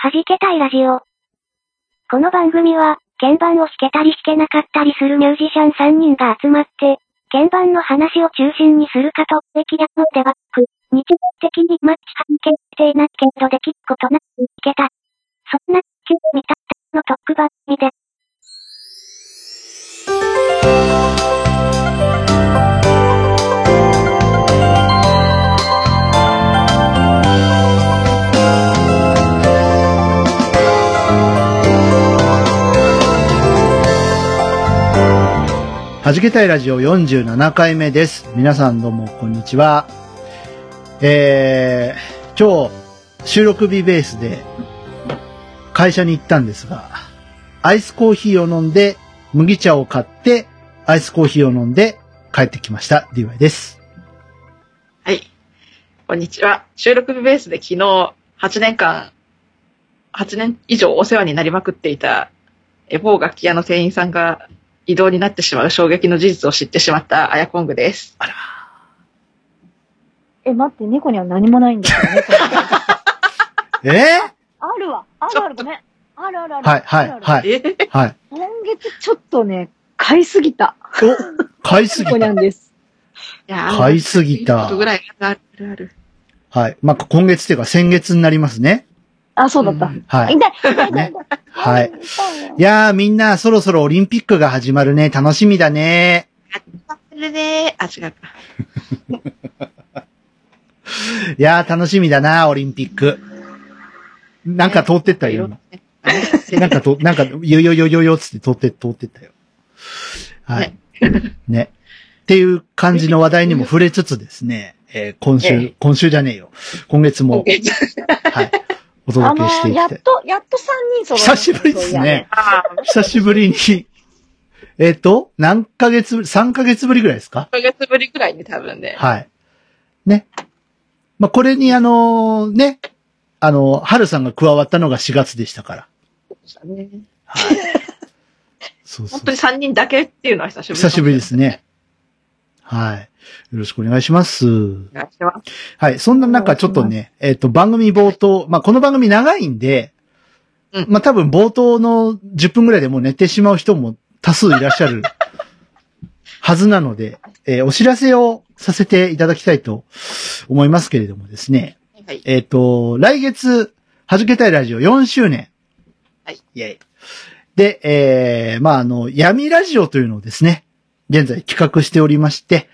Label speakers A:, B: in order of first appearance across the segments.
A: 弾けたいラジオ。この番組は、鍵盤を弾けたり弾けなかったりするミュージシャン3人が集まって、鍵盤の話を中心にするかと、歴略をデバッグ。日常的にマッチ関係性なけどできることなく弾けた。そんな、急にたったのトック番組で、
B: はじけたいラジオ47回目です。皆さんどうもこんにちは。えー、今日収録日ベースで会社に行ったんですが、アイスコーヒーを飲んで、麦茶を買って、アイスコーヒーを飲んで帰ってきました。DY です。
C: はい。こんにちは。収録日ベースで昨日、8年間、8年以上お世話になりまくっていた、え、某楽器屋の店員さんが異動になってしまう衝撃の事実を知ってしまったアヤコングです。
D: え、待って、猫には何もないんだけど、猫には
B: えー、
D: あるわ。あるある、ごめん。あるあるある。
B: はい、は
D: あるあ
B: い、
D: る
B: はい、
C: えー
B: はい。
D: 今月ちょっとね、買いすぎた。
B: お、買いすぎ
D: 猫にゃ
B: た
D: ん。です。
C: いやー
B: 買いすぎ
C: ちょったと。ぐらいあるあるある。
B: はい。まあ、今月っていうか先月になりますね。
D: あ、そうだった。
C: ん
B: はい。
D: 痛い痛い痛い痛い。
B: はい。
D: 痛いよ
B: いやーみんなそろそろオリンピックが始まるね。楽しみだね。
C: あそれで、あ、違うか。
B: いやー楽しみだな、オリンピック。なんか通ってったよ、今。
C: ね。
B: なんかと、なんか、よよよよよつって通って、通ってったよ。はい。ね。っていう感じの話題に も触れつつですね、えー今
C: え
B: 週、今週じゃねえよ。今月も、はい。お
D: あ
B: 届
D: の
B: けしてい
D: ー、
B: き
D: や
B: た
D: っ
B: い。
D: と、やっと3人揃
B: 久しぶりですね。。
C: ああ、
B: 久しぶりに、えっと、何ヶ月ぶり、3ヶ月ぶりぐらいですか
C: 1ヶ月ぶりぐらいに多分ね。
B: はい。ね。まあ、これにあのね、あの、春さんが加わったのが4月でしたから。 はい。そうそう
C: 本当に3人だけっていうのは久しぶり。
B: 久しぶりで。すね。はい。よろしくお願いします。
C: お願いします。
B: はい。そんな中、ちょっとね、えっ、と、番組冒頭、まあ、この番組長いんで、
C: うん
B: まあ、多分冒頭の10分ぐらいでもう寝てしまう人も多数いらっ しゃるはずなので、えーお知らせをさせていただきたいと思いますけれどもですね。
C: はい。
B: えっ、と、来月、はじけたいラジオ4周年。
C: はい。
B: イェイ。で、えー、まあ、あの、闇ラジオというのをですね、現在企画しておりまして、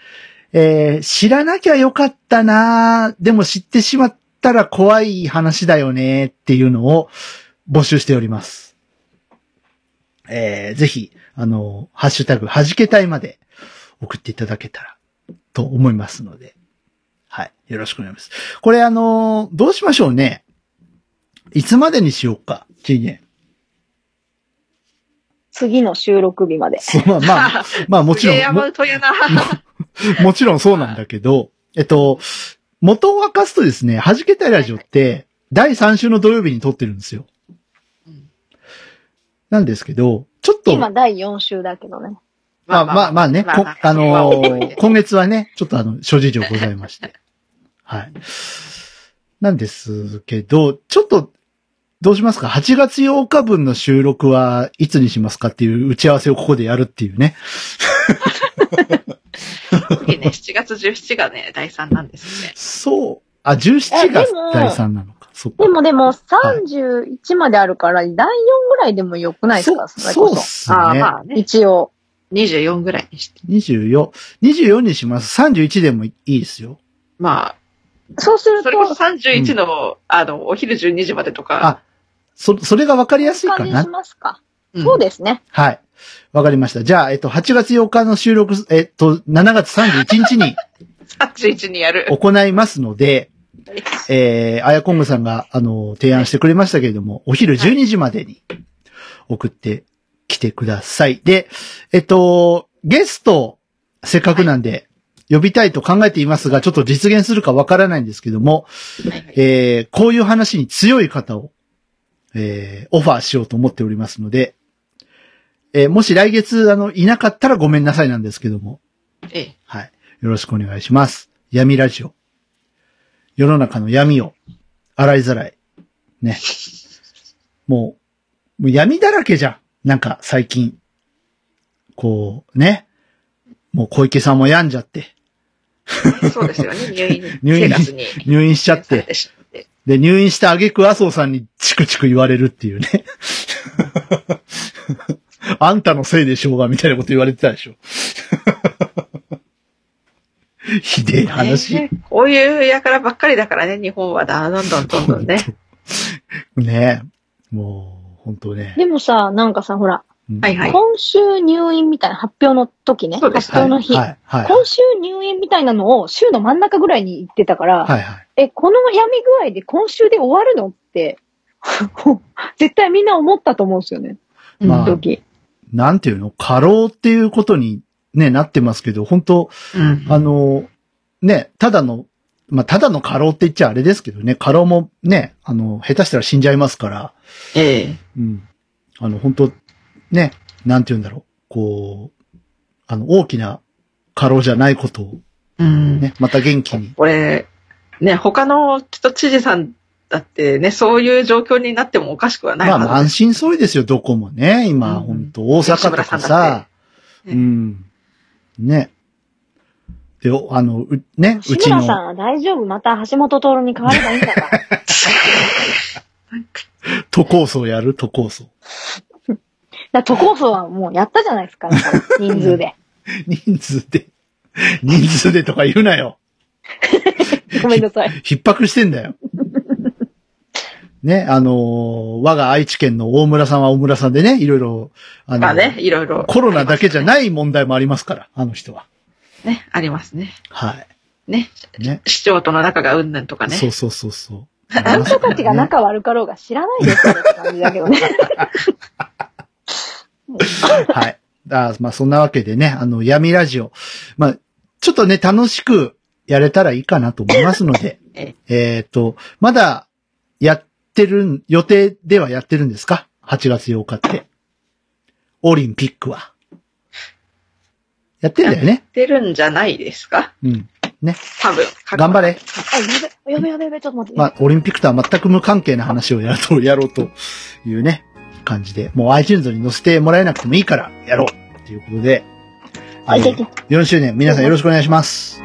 B: えー、知らなきゃよかったなぁでも知ってしまったら怖い話だよねっていうのを募集しております。えー、ぜひ、あの、ハッシュタグ、はじけたいまで送っていただけたらと思いますので、はい。よろしくお願いします。これあのーどうしましょうね。いつまでにしようか。期限。
D: 次の収録日まで。
B: そうまあま あ、まあもちろ
C: す
B: ん、
C: げえ山
B: も
C: 本やな。
B: もちろんそうなんだけど、えっと、元を明かすとですね、弾けたいラジオって、第3週の土曜日に撮ってるんですよ
C: うん。
B: なんですけど、ちょっと、
D: 今第4週だけどね。
B: まあまあまあね、こあのー今月はね、ちょっとあの、諸事情ございまして。はい。なんですけど、ちょっと、どうしますか ?8 月8日分の収録はいつにしますかっていう打ち合わせをここでやるっていうね。
C: 次ね、7月17日がね、第3なんですよね。
B: そう。あ、17が
D: えでも
B: 第3なのか。そっか
D: でもでも、31まであるから、第4ぐらいでもよくないですか
B: そ
D: れ
B: そう
D: こ
B: っ
D: そ
B: す
C: ああ、
B: ね。
C: まあね。
D: 一応。
C: 24ぐらいにして。
B: 24。24にします。31でもいいですよ。
C: ま
D: そうす
C: あ、
D: る
C: そ
D: と
C: れ、こそ31の、あの、お昼12時までとか。
B: あ、そ、それがわかりやすいか
D: 感じ
B: な
D: し。ますか。
C: ん
D: そうですね。
B: はい。わかりました。じゃあ、えっと、8月8日の収録、えっと、7月31日に
C: 31にやる。
B: 行いますので、えー、あやこんぐさんが、あの、提案してくれましたけれども、お昼12時までに送ってきてください。で、えっと、ゲスト、せっかくなんで、呼びたいと考えていますが、ちょっと実現するかわからないんですけども、
C: はいはい
B: えー、こういう話に強い方を、えー、オファーしようと思っておりますので、えー、もし来月、あの、いなかったらごめんなさいなんですけども、
C: ええ
B: はい。よろしくお願いします。闇ラジオ。世の中の闇を、洗いざらい、ね、もう、もう闇だらけじゃん。なんか最近。こう、ね。もう小池さんも病んじゃって、
C: そうです よね、入院
B: 入院
C: 生活に。
B: 入院しちゃっ
C: され
B: て、
C: てしまって。
B: で、入院した挙句麻生さんにチクチク言われるっていうね。あんたのせいでしょうが、みたいなこと言われてたでしょ。ひでえ話
C: ね。こういうやからばっかりだからね、日本はだ、どんどんどんどんね。
B: ねえ。もう、本当ね。
D: でもさ、なんかさ、ほら、
B: うん
C: はいはい
D: 今週入院みたいな発表の時ね、
C: そう
D: 発
C: です
D: 表の日。
B: はい、はい。
D: 今週入院みたいなのを週の真ん中ぐらいに言ってたから、
B: はい、はい。
D: え、この闇具合で今週で終わるのって、 絶対みんな思ったと思うんですよね、
B: まあ
C: うん
D: 時。
B: なんていうの過労っていうことに、ね、なってますけど、本当
C: うん
B: あの、ね、ただの、まあ、ただの過労って言っちゃあれですけどね、過労もね、あの、下手したら死んじゃいますから、
C: ええ。
B: うん。あの、本当ね、なんて言うんだろう。こう、あの、大きな過労じゃないことを
C: うん。
B: ね、また元気に。
C: これ、ね、他のちょっと知事さんだってね、そういう状況になってもおかしくはない
B: まあ、
C: はず
B: 満身創痍ですよ、どこもね。今、
C: うん
B: 本当大阪とか
C: 吉村さんだっ
B: さ、
C: て
B: う
C: ね
B: ん。ね。で、おあの、うね、う
D: 志
B: ち
D: 村
B: の、
D: さんは大丈夫また橋本徹に変わ ればいいんだから。
B: 都構想やる、都構想。
D: だ都構想はもうやったじゃないですか、人 数で。
B: 人数で、人数でとか言うなよ。
D: ごめんなさい。
B: 逼迫してんだよ。ね、あのー我が愛知県の大村さんは大村さんでね、いろいろ、あの、
C: まあね、いろいろ。
B: コロナだけじゃない問題もありますから、あの人は。
C: ね、ありますね。
B: はい。
C: ね、
B: ね。
C: 市長との仲がうんぬんとかね。
B: そうそうそうそう。
D: あの人たちが仲悪かろうが知らないですよって感じだけ どね。
B: はい。あまあそんなわけでね、あの、闇ラジオ。まあ、ちょっとね、楽しくやれたらいいかなと思いますので
C: え、
B: えっと、まだやってるん、予定ではやってるんですか ?8 月8日って。オリンピックは。やってんだよね。
C: 出るんじゃないですか
B: うん。
C: 多分。
B: 頑張れ。
D: あ、やべ、やべやべやべ、ちょっと待って。
B: まあ、オリンピックとは全く無関係な話をやろうと、やろうというね、感じで、もう iTunes に載せてもらえなくてもいいから、やろうということで、
D: あ
B: え
D: い
B: ー
D: けいけ
B: 4周年、皆さんよろしくお願いします。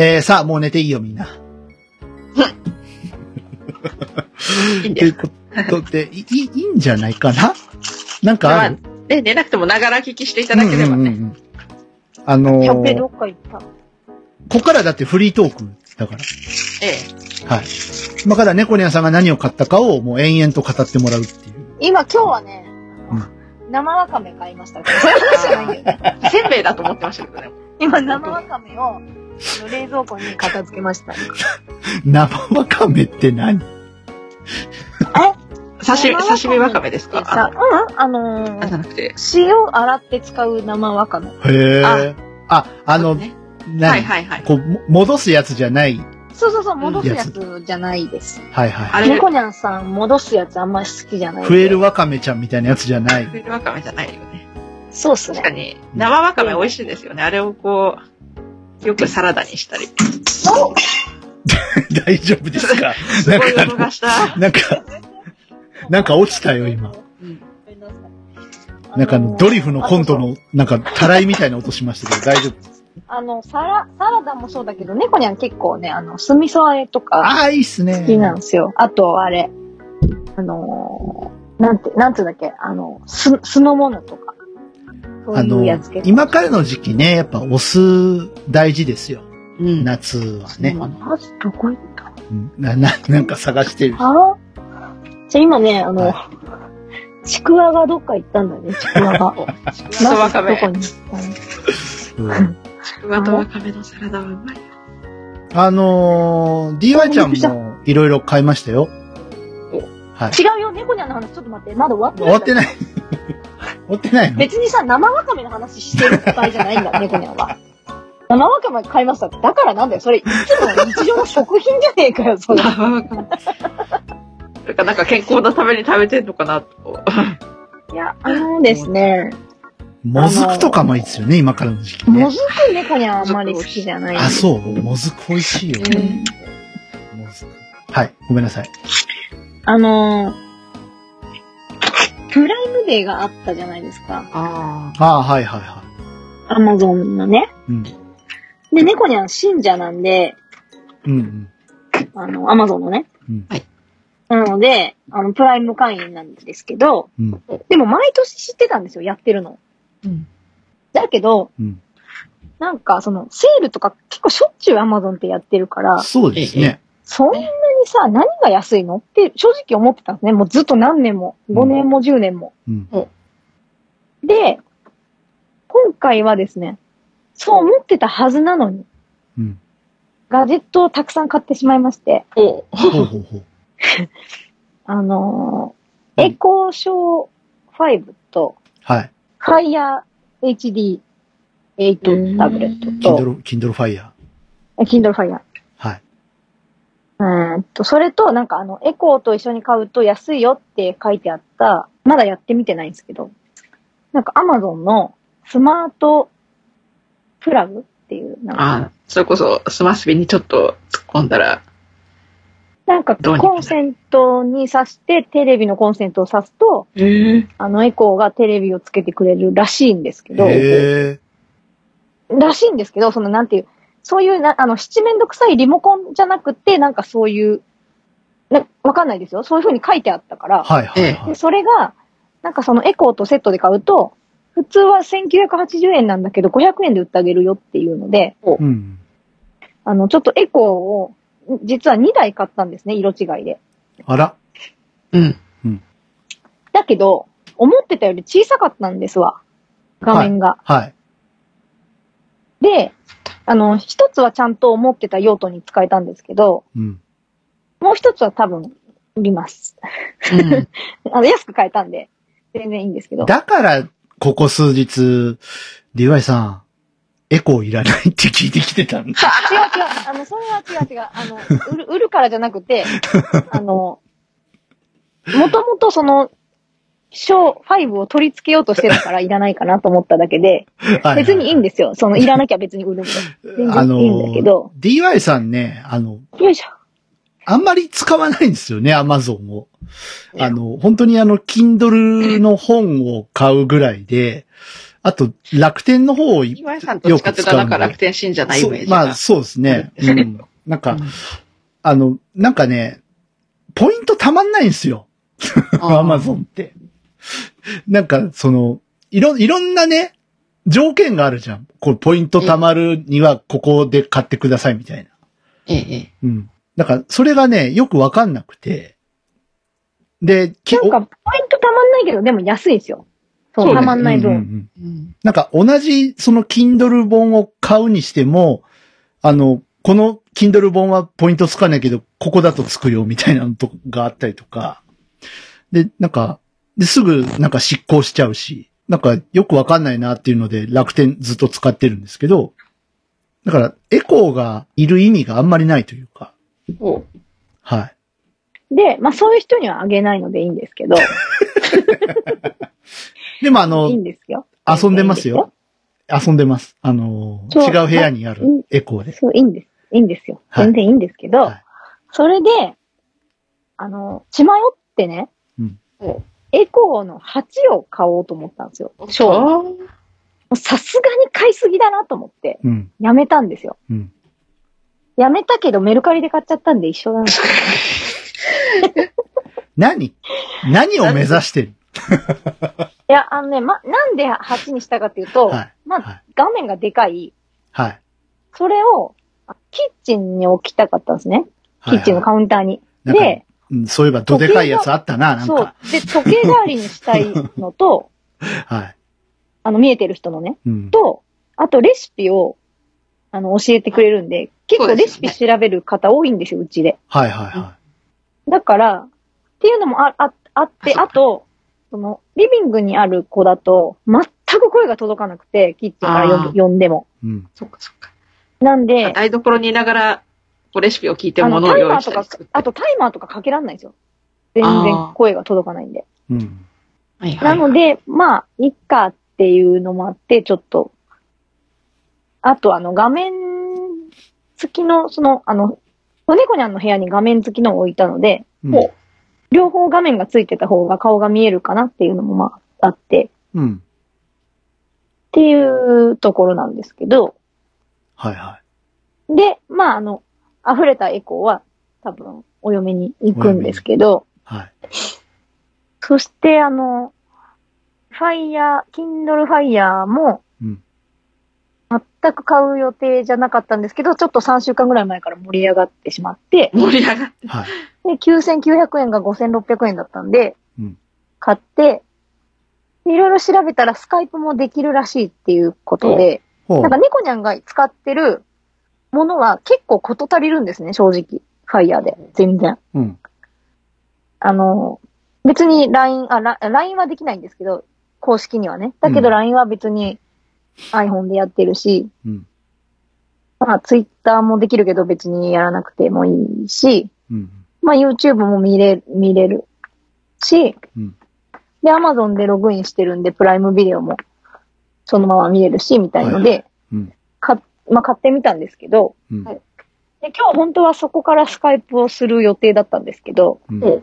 B: えー、さあ、もう寝ていいよ、みんな。
C: いいん
B: と
C: で
B: いう
C: す
B: ことで、いい、いいんじゃないかななんかある
C: ね、寝なくてもながら聞きしていただければ
B: うんう
C: ね。
B: んうんうんあの
D: キャンペーンど
B: ー、
D: っか行った。
B: ここからだってフリートークだから。
C: え
B: はい。今から猫ニャンさんが何を買ったかをもう延々と語ってもらうっていう。
D: 今、今日はね、生わかめ買いました。これ話じゃないよ。
C: え。せんべいだと思ってましたけどね。
D: 今、生わかめを、あの冷蔵庫に片付けました。
B: 生わかめって何
C: 刺身、刺身わかめです
D: で
C: か
D: さ、うんうん、あの
C: あじゃ
D: ー、
C: なくて。
D: 塩洗って使う生わかめ。
B: へえ。あ、あの、
C: ね
B: 何、
C: はいはいはい。
B: こう、も戻すやつじゃない。
D: そうそうそう、戻すやつじゃないです。
B: はいはい。
C: あれ
D: 猫ニャンさん、戻すやつあんまり好きじゃない。
B: 増える。わかめちゃんみたいなやつじゃ ない。
C: フルわかめじゃないよね。
D: そうっす
C: 確か
D: ね。
C: に、生わかめ美味しいですよね。あれをこう、よくサラダにしたり。
B: 大丈夫ですか
C: すごい音がした。
B: なんか、なんか落ちたよ今
C: うん
B: なんかあのドリフのコント。
D: あそう
B: の、なんか、たらいみたいな音しましたけど、大丈夫。
D: あの、サラ、サラダもそうだけど、猫ニャン結構ね、あの、酢味噌和えとか
B: ああ、いいっすね。
D: 好きなんですよ。あと、あれ、あのー、なんて、なんていうんだっけ、あの、酢、酢の物とか。そう
B: あ
D: いう
B: の
D: やつ、結構。
B: 今からの時期ね、やっぱお酢大事ですよ。
C: うん。
B: 夏はね。
D: まずどこ行った
B: うんな、な、 なんか探してる。
D: あじゃあ今ね、あの、ちくわがどっか行ったんだよね、ちく わが。
C: ちくわとわか
D: まずどこ
C: め。
D: に行ったの
B: うん
C: ちくわとわかめのサラダはうまい。
B: あのー、DY ちゃんもいろいろ買いましたよ。はい。
D: 違うよ、猫ニャンの話、ちょっと待って、まだ終わって
B: 終
D: ない。
B: わってない。 終わってないの
D: 別にさ、生ワカメの話してる場合じゃないんだ、猫ニャンは。生ワカメ買いましたって。だからなんだよ、それ、いつもの日常の食品じゃねえかよ、それ。
C: 生わかめ。か、なんか健康のために食べてんのかなと。
D: いや、あのですね、
B: もずくとかもいいですよね、今からの時期ね
D: も。ずく猫にはあんまり好きじゃない。
B: あ、そう。もずく美味しいよ。
D: うん
B: もずく。はい。ごめんなさい。
D: あのー、プライムデーがあったじゃないですか。
C: あ
B: ああ、はいはいは
D: アマゾンのね。
B: い。うん。
D: で、猫には信者なんで、
B: うんうん。
D: あの、アマゾンのね。
B: うん
C: はい
D: なので、あの、プライム会員なんですけど、
B: うん
D: でも毎年知ってたんですよ、やってるの。
C: あ。うん。
D: だけど、
B: うん。
D: なんかその、セールとか結構しょっちゅうアマゾンってやってるから、
B: そうですね。
D: そんなにさ、何が安いのって正直思ってたんですね。もうずっと何年も、5年も10年も。
B: うん。
D: で、今回はですね、そう思ってたはずなのに、
B: うん。
D: ガジェットをたくさん買ってしまいまして、
B: ほ
C: お
B: うほうほう。
D: あのーエコーショー5と、
B: はい。
D: ファイヤー HD8 タブレットと、
B: Kindle、Kindle Fire。
D: え Kindle Fire。
B: はい。
D: うーんと、それと、なんかあの、エコーと一緒に買うと安いよって書いてあった、まだやってみてないんですけど、なんか Amazon のスマートプラグっていう、なんか、
C: ああ、それこそスマスビにちょっと突っ込んだら、
D: なんか
C: どうにかなる
D: コンセントに挿して、テレビのコンセントを挿すと、
C: ええ
D: あの、エコーがテレビをつけてくれるらしいんですけど、
B: へえ。
D: らしいんですけど、そのなんていう、そういうな、あの、七面倒くさいリモコンじゃなくて、なんかそういう、なわかんないですよ。そういう風に書いてあったから、
B: はいはいは
D: で、
B: い。
D: それが、なんかそのエコーとセットで買うと、普通は1980円なんだけど、500円で売ってあげるよっていうので、
B: うん。
D: あの、ちょっとエコーを、実は2台買ったんですね、色違いで。
B: あら。
C: うん。
D: だけど、思ってたより小さかったんですわ。画面が。
B: はい。
D: で、あの、一つはちゃんと思ってた用途に使えたんですけど、
B: うん。
D: もう一つは多分、売ります。
C: うん。
D: あの、安く買えたんで、全然いいんですけど。
B: だから、ここ数日、DY さん、エコーいらないって聞いてきてたん だ。
D: 違う違う。あの、それは違う違う。あの、売る、売るからじゃなく て、あの、もともとその、小5を取り付けようとしてたからいらないかなと思っただけで、別にいいん
B: で
D: ですよ。その、いらなきゃ別に売 るみたい全然いいんだけど
B: DY さんね、あの、
D: な。よいしょ。
B: あんまり使わないんですよね、アマゾンを。あの、本当にあの、Kindle の本を買うぐらいで、あと、楽天の方をい、
C: 今井さんと使ってたなん
B: よく使う
C: か
B: んで
C: 楽天信者なイ
B: そ
C: メージ
B: う
C: が。
B: まあ、そうです ね。
C: う
B: うんん。なんか、あの、なんかね、ポイントたまんないんですよ。アマゾンって。なんか、その、いろ、いろんなね、条件があるじゃん。こう、ポイント貯まるには、ここで買ってくださいみたいな。
C: ええ。
B: うん。だから、それがね、よくわかんなくて。で、き
D: なんか、ポイントたまんないけど、でも安いですよ。
C: そ
D: そうう、
C: ね
D: たまんない
B: うんうんう
D: 分。
B: ん
C: うん。
B: なんか、同じ、その、Kindle 本を買うにしても、あの、この Kindle 本はポイントつかないけど、ここだとつくよ、みたいなのとがあったりとか。で、なんか、で、すぐ、なんか執行しちゃうし、なんか、よくわかんないなっていうので、楽天ずっと使ってるんですけど、だから、エコーがいる意味があんまりないというか、
C: お
B: はい。
D: で、まあそういう人にはあげないのでいいんですけど、
B: でも、あの
D: いい、んですよ。
B: 遊んでます
D: いいん
B: よ。遊んでます。あのー、
D: そう
B: 違う部屋にあるエコー
D: です
B: で。
D: よ。そう、いいんです。いいんですよ。
B: はい
D: 全然いいんですけど、
B: はい
D: それで、あの、血迷ってね、
C: お
D: エコーの8を買おうと思ったんですよ。
C: お
D: 小もうさすがに買いすぎだなと思って、
B: うん、
D: やめたんですよ。
B: うん。
D: やめたけどメルカリで買っちゃったんで一緒だな。
B: 何何を目指してる
D: いや、あのね、ま、なんで8にしたかっていうと、
B: はい。
D: まあ、
B: はい
D: 画面がでかい、
B: はい。
D: それをあキッチンに置きたかったんですね。
B: はい
D: キッチンのカウンターに。
B: なんか
D: で
B: うんそういえば、どでかいやつあったな、なん
D: そう
B: か。。
D: で、時計代わりにしたい のと、
B: はい。
D: あの、見えてる人のね、
B: うん。
D: と、あとレシピを、あの、教えてくれるんで、結
C: そ
D: 構
C: うで
D: レ
C: す
D: シ
C: よね
D: ピ調べる方多いんですよ、うちで。
B: はいはいは
D: だから、っていうのもあ、あ、あって、
C: あ
D: あと、その、リビングにある子だと、全く声が届かなくて、キッチンから
C: あ
D: 呼ん呼んでも。
B: い。うん。
C: そっかそっか。
D: なんで、
C: 台所にいながら、こうレシピを聞いて
D: あ
C: も
D: の、
C: のを
D: タイ
C: 用
D: マ
C: 意
D: ー
C: し
D: と
C: たり
D: か
C: 作っ、て。
D: あとタイマーとかかけらんないんですよ。全
C: あ
D: 然
C: ー
D: 声が届かないんで。
B: うん。
C: はいは。
D: ないので、まあ、いっかっていうのもあって、ちょっと。あと、あの、画面付きの、その、あの、お猫にゃんの部屋に画面付きのを置いたので、
B: うん
D: も両方画面がついてた方が顔が見えるかなっていうのもまあ、あって、
B: うん。
D: っていうところなんですけど、
B: はいは
D: で、まあ、あの、溢れたエコーは多分お嫁に行くんですけど、
B: い。はい。
D: そしてあの、ファイヤー、Kindle Fire も
B: うん、
D: 全く買う予定じゃなかったんですけど、ちょっと3週間ぐらい前から盛り上がってしまって、
C: 盛り上がって。
B: はい。
D: で、9900円が5600円だったんで、
B: うん
D: 買って、でいろいろ調べたらスカイプもできるらしいっていうことで、
B: ほう
D: なん。か猫ニャンが使ってるものは結構こと足りるんですね、正直。ファイヤーで。全然。
B: うん。
D: あの、別に LINE、あ、ラ LINE はできないんですけど、公式にはね。だけ
B: う
D: ど
B: ん
D: LINE は別に iPhone でやってるし、
B: うん。
D: まあ Twitter もできるけど別にやらなくてもいいし、
B: うん。
D: まあ YouTube も見れ、見れるし、
B: うん
D: で Amazon でログインしてるんでプライムビデオもそのまま見れるし、みたいの
B: は
D: で、
B: うん。
D: か、まあ買ってみたんですけど、
B: うん。
C: はい
D: で今日本当はそこからスカイプをする予定だったんですけど、
B: うん
C: お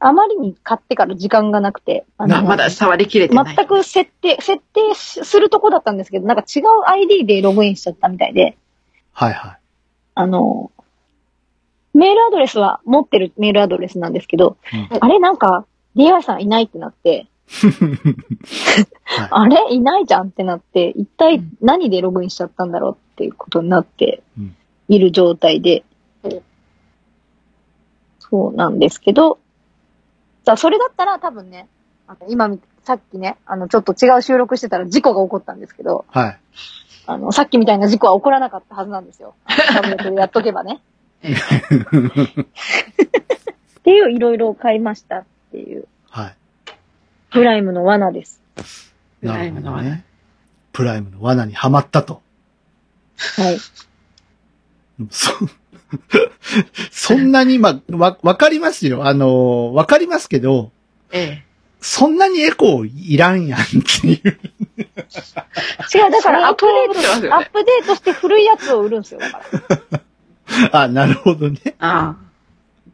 D: あまりに買ってから時間がなくて、あ
C: あまだ触りきれてない。
D: 全く設定、設定しするとこだったんですけど、なんか違う ID でログインしちゃったみたいで、
B: はい は
D: あの、メールアドレスは持ってるメールアドレスなんですけど、
B: うん
D: あれなんか DI さんいないってなって、あれいないじゃんってなって、一体何でログインしちゃったんだろうっていうことになって
B: うん
D: いる状態で
C: うん、
D: そうなんですけど、さあ、それだったら多分ね、あの今み、さっきね、あの、ちょっと違う収録してたら事故が起こったんですけど、
B: い。はい。
D: あの、さっきみたいな事故は起こらなかったはずなんですよ。タブレットでやっとけばね。っていう、いろいろ買いましたっていう、
B: は
D: プライムの罠です。
B: い。
C: プライムの罠
B: なるほどね。プライムの罠にはまったと。
D: はい。
B: そ、そんなに、まあ、わ、わかりますよ。あの、わかりますけど、
C: え
B: そんなにエコーいらんやんっていう。
D: 違う、だからアップデート
C: それは通ってます
D: し、
C: よ
D: ア
C: ね
D: ップデートして古いやつを売るんですよ。だから
B: あ、なるほどね。
C: え。あ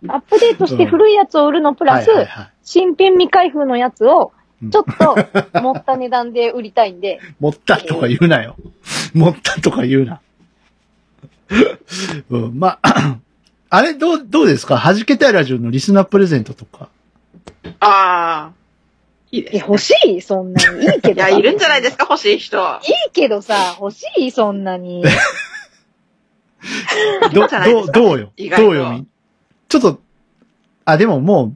D: アップデートして古いやつを売るのプ
B: は
D: ラ
B: い
D: ス、
B: はいはい。
D: 新品未開封のやつを
B: うん、
D: ちょっと持った値段で売りたいんで、
B: 持ったとか言うなよ。 持ったとか言うな。 うん、まあ、 あれどう、どうですか弾けたいラジオのリスナープレゼントと か。
C: あ。ああ。いいです
D: え、
C: ね。
D: 欲しいそんなに。いいけ
C: い
D: ど
C: や、
D: さ。
C: いるんじゃない
D: い
C: ですか、欲しい人。い
D: いけどさ、欲しいそんな に。
B: ど、
C: じゃないで
B: どう、
C: すか
B: どうよ。
C: 意外と
B: どうよ。みちょっと、あ、でももう、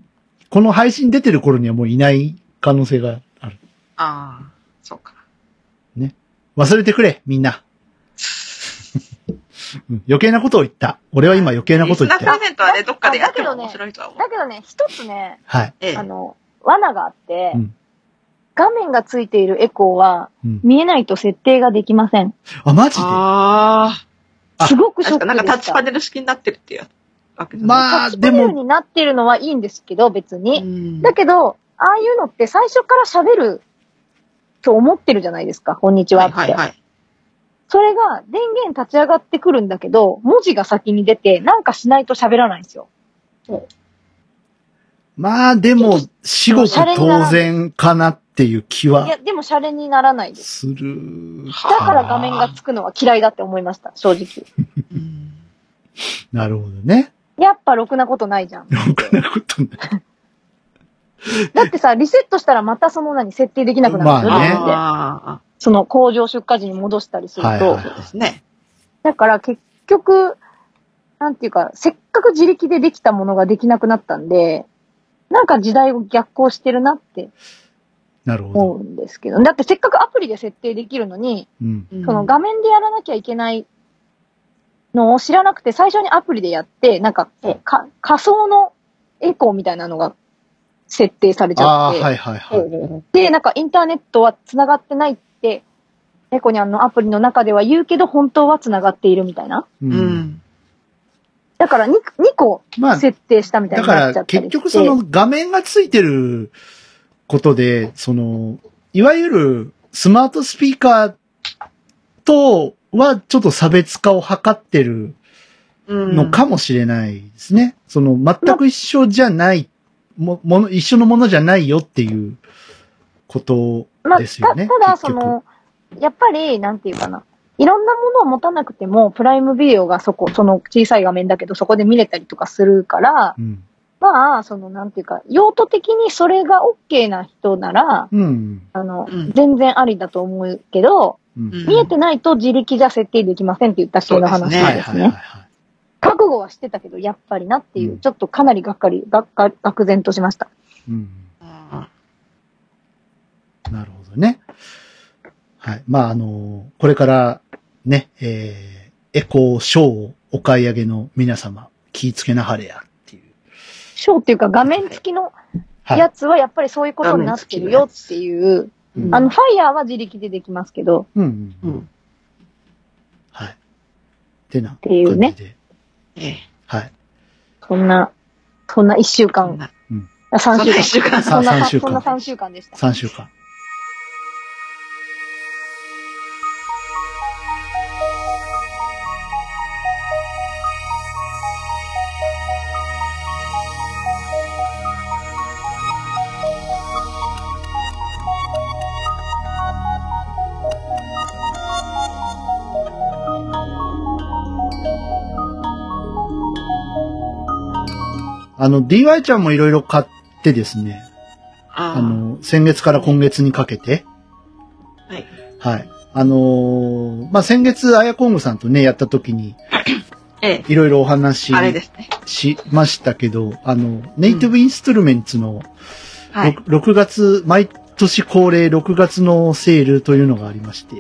B: この配信出てる頃にはもういない可能性がある。
C: ああ。そうか。
B: 忘れてくれ、みんな。 うん余計なことを言った。俺は今余計なことを言っ
C: リスナー
B: た。
C: プレゼントはね、どっかでやっても
D: あだけどね
C: 面白いとは思う。
D: だけどね、一つね、
B: はい。
C: ええ
D: あ。の、罠があって
B: うん、
D: 画面がついているエコーは、
B: うん。
D: 見えないと設定ができません。
B: あ、マジで
C: あ
B: あ
D: すご
C: あ。
D: くショ
C: 確
D: ック
C: かな
D: で
C: ん
D: した。
C: かタッチパネル式になってるっていうわけじゃない
B: まあ、
D: タッチ
B: で
D: パネル
B: も、
D: になってるのはいいんですけど、別に
C: う。ん
D: だけど、ああいうのって最初から喋ると思ってるじゃないですか、こんにち
C: は
D: はっ
C: い
D: て。
C: はいはい。
D: それが電源立ち上がってくるんだけど、文字が先に出て、なんかしないと喋らないんですよ。
B: まあでも、至極
D: おしゃれになら
B: 当
D: ん
B: 然かなっていう気
D: い
B: は
D: や、でもシャレにならないです。
B: する。
D: だから画面がつくのは嫌いだって思いました、正直。
C: うん
B: なるほどね。
D: やっぱろくなことないじゃん。
B: ろくなことない。
D: だってさ、リセットしたらまたその何、設定できなくなるんですよ、
B: まあね
D: 自分で
C: ああ。
D: その工場出荷時に戻したりすると。
B: はいはい
C: そうですね。
D: だから結局、なんていうか、せっかく自力でできたものができなくなったんで、なんか時代を逆行してるなって
B: なるほ
D: 思
B: ど。
D: うんですけど、だってせっかくアプリで設定できるのに、
B: うん。
C: うん
D: その画面でやらなきゃいけないのを知らなくて、最初にアプリでやって、なんか
C: うん
D: か仮想のエコーみたいなのが設定されち
B: あ
D: ゃ
B: あ、
D: って、
B: はいはいはい。
D: で、なんかインターネットは繋がってないって、エコニャンのアプリの中では言うけど、本当は繋がっているみたいな。
B: う。
C: うんん。
D: だから 2, 2個
B: まあ、
D: 設定したみた
B: だ
D: いに
B: か
D: なっちゃ
B: ら
D: った
B: 結
D: りして。
B: 局その画面がついてることで、その、いわゆるスマートスピーカーとはちょっと差別化を図ってる
C: うん。
B: のかもしれないですね。その全く一緒じゃない、も、もの、一緒のものじゃないよっていうこと
D: まあ、
B: ですよね。
D: たただ、
B: 結
D: そ
B: 局
D: の、やっぱり、なんていうかな。いろんなものを持たなくても、プライムビデオがそこ、その小さい画面だけど、そこで見れたりとかするから、
B: うん。
D: まあ、その、なんていうか、用途的にそれが OK な人なら、
B: うん。
D: あの、
C: うん
D: 全然ありだと思うけど、
B: うん。
C: うん
D: 見えてないと自力じゃ設定できませんって言った人の話
C: そ
D: な
C: うん
B: はい
D: です
B: はいはい
D: ね。
B: はい。
D: 覚悟はしてたけど、やっぱりなっていうう、
B: ん
D: ちょっとかなりがっかり、がっか、愕然としました。
B: うん。
C: あ
B: なるほどね。はい。まあ、あの、これから、ね、えー、エコーショーをお買い上げの皆様、気ぃつけなはれや、っていう。
D: ショーっていうか、画面付きの
B: はい。
D: やつはやっぱりそういうことになってるよっていう、
B: うん
D: あの、ファイヤーは自力でできますけど、
B: うんうん
C: ーうん。
B: はい。ってな。って
D: いうね。
C: ええ。
B: はい。
D: そんな、そんな一週
C: そん
D: 間、
C: な
D: 3週間。
C: そんな一
B: さ三週間
C: 週間
D: そんなそんな3週間でした。
B: 3週間。あの、DY ちゃんもいろいろ買ってですね。あ
C: あ
B: の、先月から今月にかけて、
C: あ。はい。
B: はい。あのーまあ、先月、あやこんぐさんとね、やった時に、
C: ええ。
B: いろいろお話
C: あれですね。
B: しましたけど、あの、ネイティブインストゥルメンツの、
C: はい。
B: ろく 6, 月、毎年恒例6月のセールというのがありまして、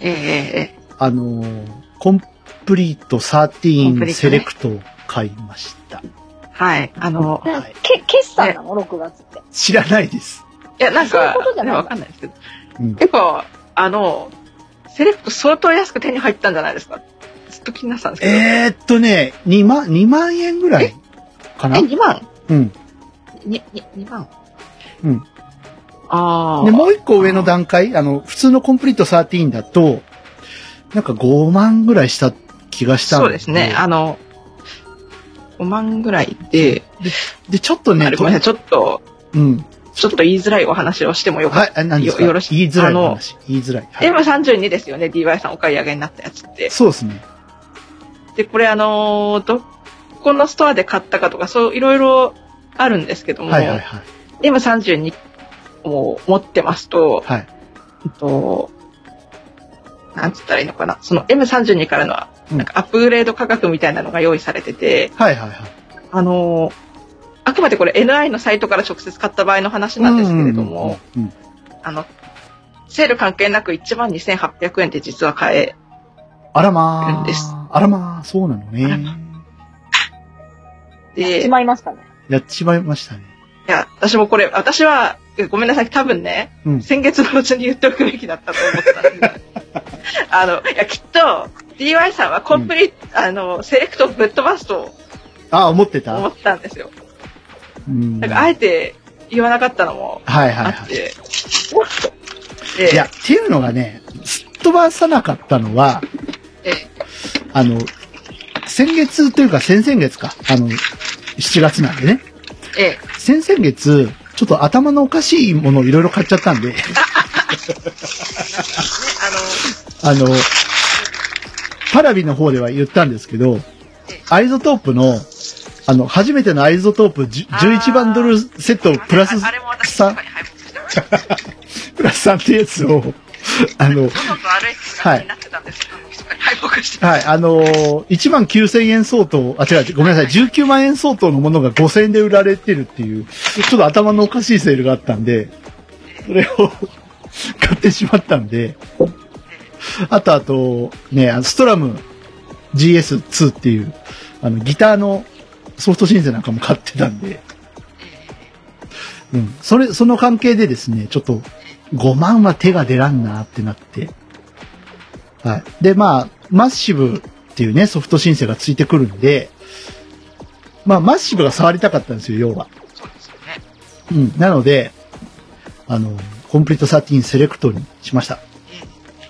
C: えええ
B: あのーコンプリート
C: コンプ
B: 13
C: リートね
B: セレクトを買いました。
C: え。はい。あの、
B: はい。
D: け、決算なの ?6 月って。
B: 知らないです。
C: いや、なん
D: そういう
C: か
D: ことじ、ゃない
C: わかんないですけど。
B: うん。
C: 結構、あの、セレクト相当安く手に入ったんじゃないですか。ずっと気になってたんですけど。
B: えー、っとね、2万、2万円ぐらいかな
C: え、2万
B: うん。
C: にに2万
B: うん。
C: ああ。
B: で、もう一個上の段階、あの、普通のコンプリート13だと、なんか5万ぐらいした気がしたん
C: そうですね。あの、5万ぐらいで、
B: で、ちょっと
C: あ
B: ね、
C: れごめんなさい、ちょっと、
B: うん。
C: ちょっと言いづらいお話をしてもよかっ
B: はい、あ何ですか
C: よよろし
B: 言いづらい
C: あの
B: 話。言いづらい。は
C: た。
B: い、
C: M32 ですよね、DY さんお買い上げになったやつって。
B: そうですね。
C: で、これあのーどこのストアで買ったかとか、そう、いろいろあるんですけども、
B: はいはいはい。
C: M32 を持ってますと、
B: はい。
C: えっと、なんつったらいいのかな。その M32 からの、なんかアップグレード価格みたいなのが用意されてて、
B: はいはいはい。
C: あのーあくまでこれ NI のサイトから直接買った場合の話なんですけれども、
B: うんうんうん。
C: あの、セール関係なく12,800円で実は買え、
B: あらま
C: です
B: あ。あらまあ、そうなの
C: あら
B: ね。
C: で、
D: し
C: い
D: まいましたね。
B: やっちまいましたね。
C: や、私もこれ、私は、えごめんなさい、多分ね、
B: うん
C: 先月のうちに言っておくべきだったと思ってたんですけど あの、いや、きっと、DY さんはコンプリ、あの、セレクトをぶっ飛ばすと
B: あ、思って
C: 思
B: た
C: ったんですよ。
B: うん。
C: だから、あえて言わなかったのも
B: はいはい
C: あ
B: は
C: っ
B: い。
C: て、で
B: いや、っていうのがね、すっ飛ばさなかったのは、
C: え
B: あの、先月というか先々月か、あの、7月なんでね。
C: ええ、
B: 先々月、ちょっと頭のおかしいものをいろいろ買っちゃったんで、 あ
C: あの、
B: の、パラビの方では言ったんですけど、アイゾトープの、あの、初めてのアイゾトープ10
C: あー
B: 11バンドルセットをプラス
C: ああれも私の
B: 3
C: 中、に配布してま
B: プラス3ってやつを、あの、
C: どのと歩いてたら気になってたんですけど、密かに敗北して。
B: はい、あのー、1万9000円相当、あ、違う、ごめんなさい、19万円相当のものが5000円で売られてるっていう、ちょっと頭のおかしいセールがあったんで、それを 買ってしまったんで、あとあと、ね、あのストラム GS2 っていう、あの、ギターのソフトシンセなんかも買ってたんで、うん、それ、その関係でですね、ちょっと5万は手が出らんなってなって、はい。で、まあ、マッシブっていうね、ソフト申請がついてくるんで、まあ、マッシブが触りたかったんですよ、要は。
C: そうですよね。
B: うん。なので、あの、コンプリート13セレクトにしました。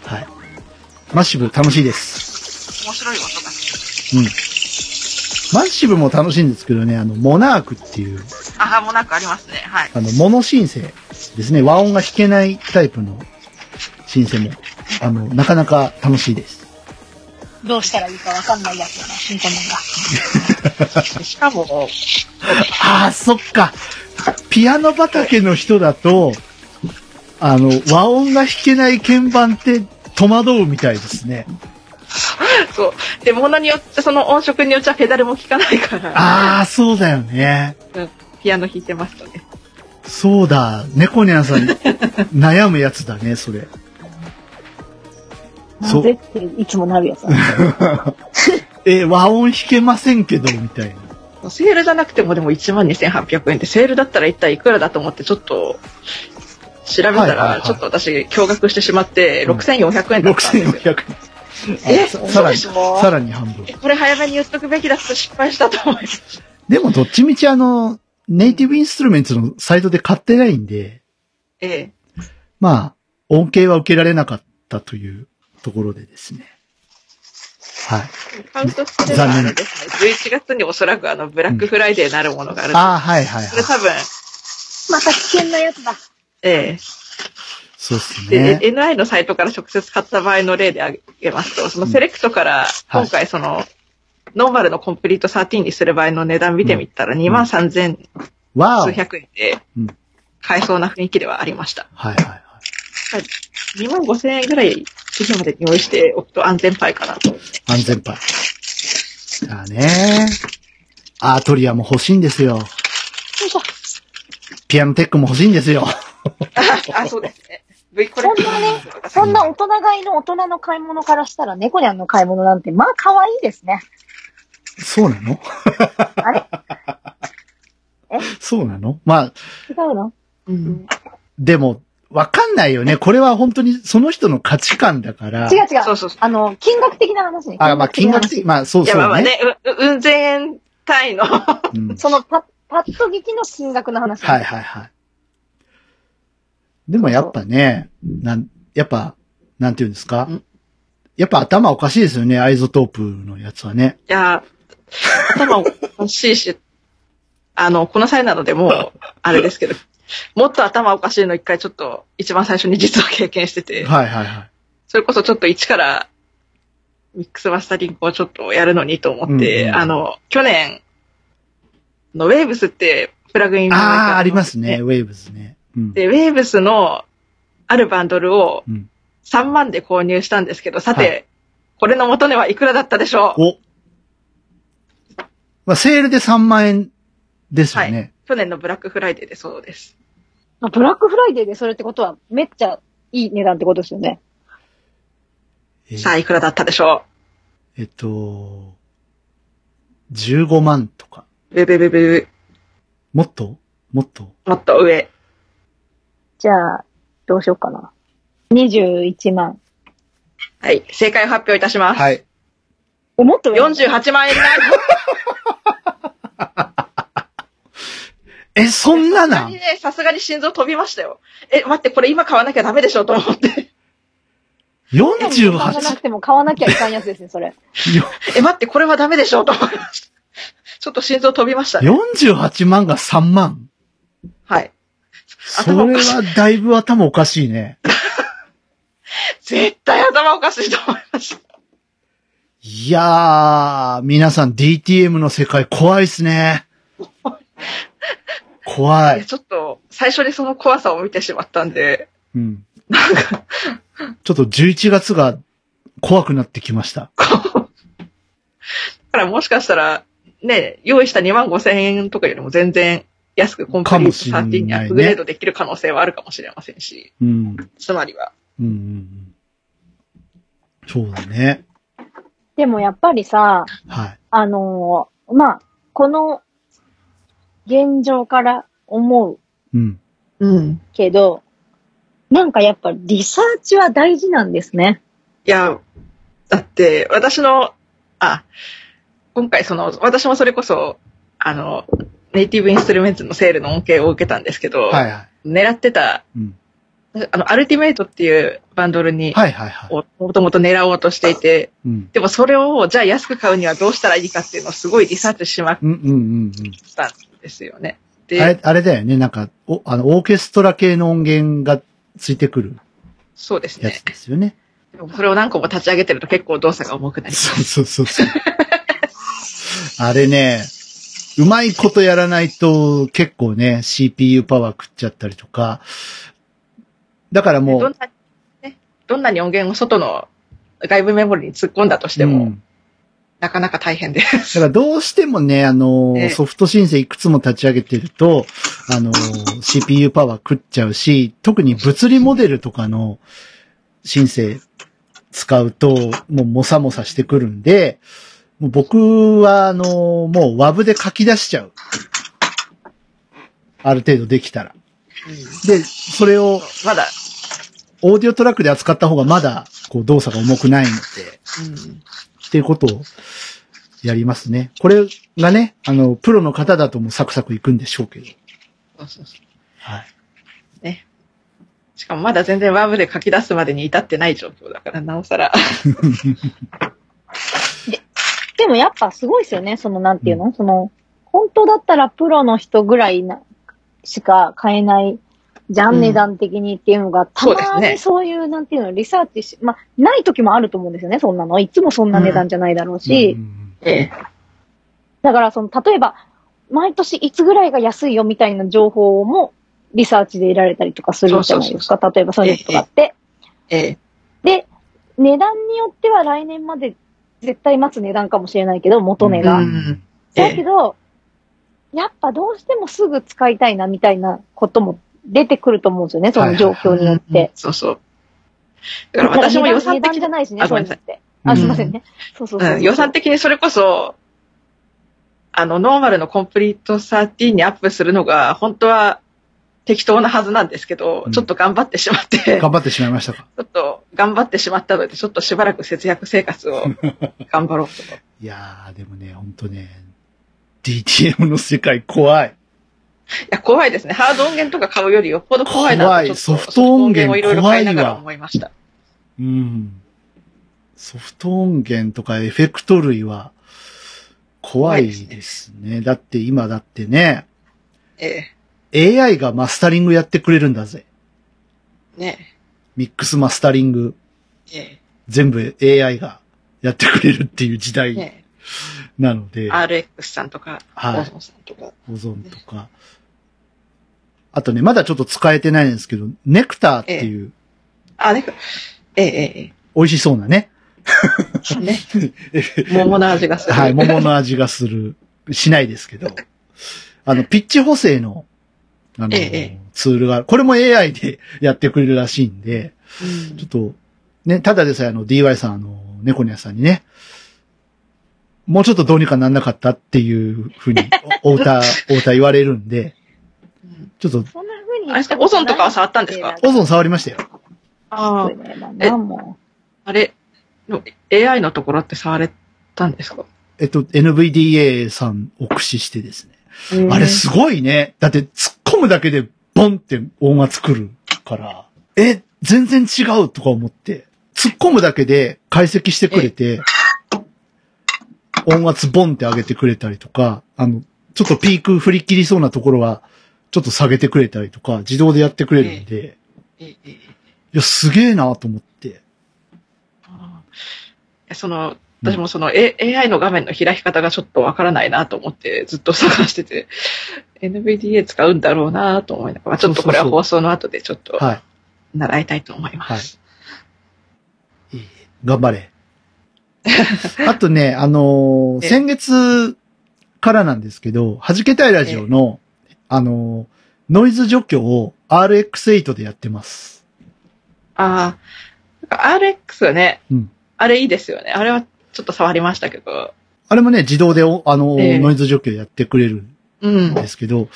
B: はい。マッシブ楽しいです。
C: 面白い技だね。
B: うん。マッシブも楽しいんですけどね、あの、モナークっていう、
C: ああ、もうなんかありますね。はい。
B: あの、モノシンセですね。和音が弾けないタイプのシンセも、あの、なかなか楽しいです。
D: どうしたらいいかわかんないやつだな、新婚なんだ。
C: しかも、
B: ああ、そっか。ピアノ畑の人だと、あの、和音が弾けない鍵盤って戸惑うみたいですね。
C: そう。で、ものによって、その音色によっちゃペダルも効かないから、
B: ああ、そうだよね。
C: ピアノ弾いてましたね。
B: そうだ。猫ニャンさん、悩むやつだね、それ。
D: な
B: そ
D: ん
B: う
D: でっていつもなるやつだな。
B: え、和音弾けませんけど、みたいな。
C: セールじゃなくてもでも12,800円で、セールだったら一体いくらだと思ってちょっと、調べ
B: はいは
C: た
B: いはい
C: ら、ちょっと私、驚愕してしまって、
B: うん
C: 6,400円だったんですよ。
B: 6400円。
C: え、
B: あ
C: そ
B: ささ
C: う
B: ら
C: で
B: に、
C: しょ
B: さらに半分
C: え。これ早めに言っとくべきだと失敗したと思います。
B: でも、どっちみちあの、ネイティブインストゥルメンツのサイトで買ってないんで、
C: ええ。
B: まあ、恩恵は受けられなかったというところでですね。はい。
C: カウントしてればあれですね。11月におそらくあの、ブラックフライデーなるものがある。
B: ああ、はいはい
C: それ
B: はい。
C: 多分、
D: また危険なやつだ。
C: え
B: そうです
C: え。で、
B: ね。
C: NI のサイトから直接買った場合の例で挙げますと、そのセレクトから、今回その、ノーマルのコンプリート13にする場合の値段見てみたら2万3000
B: わお。は
C: 数
B: い
C: 百円で
B: うん
C: 買えそうな雰囲気ではありました。
B: はいはい。
C: 2万5000円ぐらい基準まで用意しておくと安全パイかなと。
B: 安全牌。だね。アートリアも欲しいんですよ。ピアノテックも欲しいんですよ。
C: あ、そうですね。V コレクターとか
D: そんな大人買いの大人の買い物からしたら、猫ニャンの買い物なんて、まあ可愛いですね。
B: そうなの
D: あれ
B: そうなのまあ、
D: 違うの
C: うん
B: でも、わかんないよね。これは本当にその人の価値観だから。
D: 違う違。
C: そううそうそう。
D: あの、金額的な話ね。
B: あ、まあ金額
D: 的
B: 的、まあそう
C: いや、
B: そう
C: まあまあ
B: ね。
C: ね、う、う、うん千円単位の。
B: うん
D: な話。そのパッ、パッと聞きの金額の話。
B: はいはいはい。でもやっぱね、なん、やっぱ、なんて言うんですか
C: うん
B: やっぱ頭おかしいですよね、アイゾトープのやつはね。
C: いや、頭も欲しいし、 あの、この際なのでもう、あれですけど、もっと頭おかしいの一回ちょっと、一番最初に実は経験してて、
B: はいはいはい。
C: それこそちょっと一から、ミックスマスタリングをちょっとやるのにと思って、
B: うんうん
C: あの、去年、の、ウェーブスってプラグイン
B: ああ、ありますね、。ウェーブズね。うん。
C: で、ウェーブスのあるバンドルを
B: うん
C: 3万で購入したんですけど、さて、
B: は
C: これの元値はいくらだったでしょう
B: お。まあ、セールで3万円ですよね。
C: 去年のブラックフライデーでそうです。
D: あブラックフライデーでそれってことは、めっちゃいい値段ってことですよね。
B: えー
C: さあ、いくらだったでしょ
B: えっと、15万とか。
C: うブブブブ
B: もっともっと
C: もっと上。
D: じゃあ、どうしようかな。21万。
C: はい。正解を発表いたします。
B: はい。
D: えもっと上なの
C: 48万円になります。
B: え、 そんな
C: さす
B: な
C: が
B: ん
C: にね、さすがに心臓飛びましたよ。え、待って、これ今買わなきゃダメでしょと思って。
D: 買わ
B: ?48?
D: なくても買わなきゃいかんやつですね、それ。
C: え、待って、これはダメでしょと思いました。 ちょっと心臓飛びましたね。
B: 48万が3万
C: はい。
B: それはだいぶ頭おかしいね。
C: 絶対頭おかしいと思いました。
B: いやー、皆さん DTM の世界怖いっすね。怖
C: いや
B: い。
C: ちょっと、最初にその怖さを見てしまったんで、
B: うん。ちょっと11月が怖くなってきました。
C: だからもしかしたら、ね、用意した2万5千円とかよりも全然安くコンプリ
B: か
C: ート
B: もしれないね
C: 13にアップグレードできる可能性はあるかもしれませんし、
B: うん。
C: つまりは。
B: うんうんうん。そうだね。
D: でもやっぱりさ、
B: はい。
D: あのーまあ、この現状から思う
B: うん。
C: うん。
D: けど、なんかやっぱリサーチは大事なんですね。
C: いや、だって、私の、あ、今回その、私もそれこそ、あの、ネイティブインストゥルメンツのセールの恩恵を受けたんですけど、
B: はいは
C: 狙ってた、
B: うん
C: あの、アルティメイトっていうバンドル
B: い。
C: に、
B: はいはいはい。
C: をもともと狙おうとしていて、
B: うん。
C: でもそれを、じゃあ安く買うにはどうしたらいいかっていうのをすごいリサーチしまく
B: うんうんうんう
C: ったんですよね。
B: ん。あ
C: で、
B: れ、あれだよね。なんか、お、あの、オーケストラ系の音源がついてくる
C: そうです
B: や
C: ね
B: つ。ですよね。
C: でもそれを何個も立ち上げてると結構動作が重くなります。
B: そうそうそうそう。あれね、うまいことやらないと結構ね、CPU パワー食っちゃったりとか。だからもう、
C: どんな、ね、どんなに音源を外の外部メモリに突っ込んだとしても、
B: うん
C: なかなか大変 で
B: だからどうしてもね、あのー
C: ええ
B: ソフト申請いくつも立ち上げてると、あのー CPU パワー食っちゃうし、特に物理モデルとかの申請使うと、もうもさもさしてくるんで、もう僕は、あのーもう WAV で書き出しちゃう。ある程度できたら。
C: す。
B: で、それを
C: まだ、
B: オーディオトラックで扱った方がまだ、こう動作が重くないので。
C: うん
B: っていうことをやりますね。これがね、あの、プロの方だともうサクサクいくんでしょうけど。
C: そうそうそ
B: はい。
C: う。しかもまだ全然ワーブで書き出すまでに至ってない状況だから、なおさら。
D: でもやっぱすごいですよね、そのなんていうの、その、本当だったらプロの人ぐらいなしか買えない、じゃ
C: うん
D: ん値段的にっていうのが、た
C: そうです
D: ま
C: ね
D: にそういう、なんていうの、リサーチし、まあ、ない時もあると思うんですよね、そんなの。いつもそんな値段じゃないだろうし、
B: うん
C: ええ。
D: だからその、例えば、毎年いつぐらいが安いよみたいな情報も、リサーチで得られたりとかするじゃないです
C: そ
D: か。例えばそういうのとかって。
C: ええ。
D: で、値段によっては来年まで絶対待つ値段かもしれないけど、元値
C: う
D: が。
C: んえ
D: だけ
C: え。
D: ど、やっぱどうしてもすぐ使いたいなみたいなことも出てくると思うんですよね、その状況に
C: うんう
D: よっ
C: ん
D: て。
C: そうそう。だから私も予算
D: 値段
C: 的
D: 値段じゃないし
C: あ
D: ね、
C: ご
D: そう
C: めん
D: いう
C: なさ
D: のっ
C: い
D: て。
B: うん
D: あ、すいませんね。そうそうそうう。
C: ん、予算的にそれこそ、あの、ノーマルのコンプリート13にアップするのが、本当は適当なはずなんですけど、
B: うん
C: ちょっと頑張ってしまって、ち
B: 頑張ってしまいましたか。
C: ょっと頑張ってしまったので、ちょっとしばらく節約生活 を頑張ろうと思って。
B: いやー、でもね、ほんとね、DTM の世界怖い。
C: いや、怖いですね。ハード音源とか買うよりよっぽど怖いな
B: 怖い
C: とちょっと
B: ソフト音源
C: ソフトをいろいろ買いなが
B: 怖い
C: ら
B: わ
C: 思いました。
B: うん。ソフト音源とかエフェクト類は怖いですね。だって今だってね、
C: え
B: AI がマスタリングやってくれるんだぜ。
C: え、ね
B: ミックスマスタリング、
C: え、え
B: 全部 AI がやってくれるっていう時
C: え、
B: 代
C: ね
B: なので。
C: え、RX さんとか、
B: はい
C: オゾンさんとか。
B: オゾンとか。あとね、まだちょっと使えてないんですけど、ネクターっていう、
C: あ、ね、ええ、え
B: 美味しそうなね。
C: え、ええ、 ね、桃の味がする。
B: はい、桃の味がする、しないです けど。あの、ピッチ補正の、あの、
C: ええ
B: ツールが、これも AI で やってくれるらしいんで、
C: うん
B: ちょっと、ね、ただでさえあの、DY さん、あの、猫ニャさんにね、もうちょっとどうにかなんなかったっていうふうに、おお 歌、お歌言われるんで、
C: うん
B: ちょっと、
D: そんな風に
C: あれですかオゾンとかは触ったんですか
B: オゾン触りましたよ。
C: あ
D: そ
C: あ
D: うい、うのやだなも
C: あれ、の AI のところって触れたんですか
B: えっと、NVDA さんを駆使してですね。あれすごいね。だって突っ込むだけでボンって音が作るから、え、全然違うとか思って、突っ込むだけで解析してくれて、音圧ボンって上げてくれたりとか、あの、ちょっとピーク振り切りそうなところは、ちょっと下げてくれたりとか、自動でやってくれるんで、
C: ええええ
B: いや、すげえなと思って。
C: ああその、私もその、A、AI の画面の開き方がちょっとわからないなと思ってずっと探してて、NVDA 使うんだろうなと思いながら、まあちょっとこれは
B: そうそうそう
C: 放送の後でちょっと
B: は
C: 習いたいと思います。
B: い。いい頑張 れ。あとね、あのー
C: ええ
B: 先月からなんですけど、弾けたいラジオの、あのーノイズ除去を RX8 でやってます。
C: ああ、なんか RX はね、
B: うん
C: あれいいですよね。あれはちょっと触りましたけど、
B: あれもね、自動でお、あのー
C: ええ
B: ノイズ除去やってくれるん
C: うん。
B: ですけど、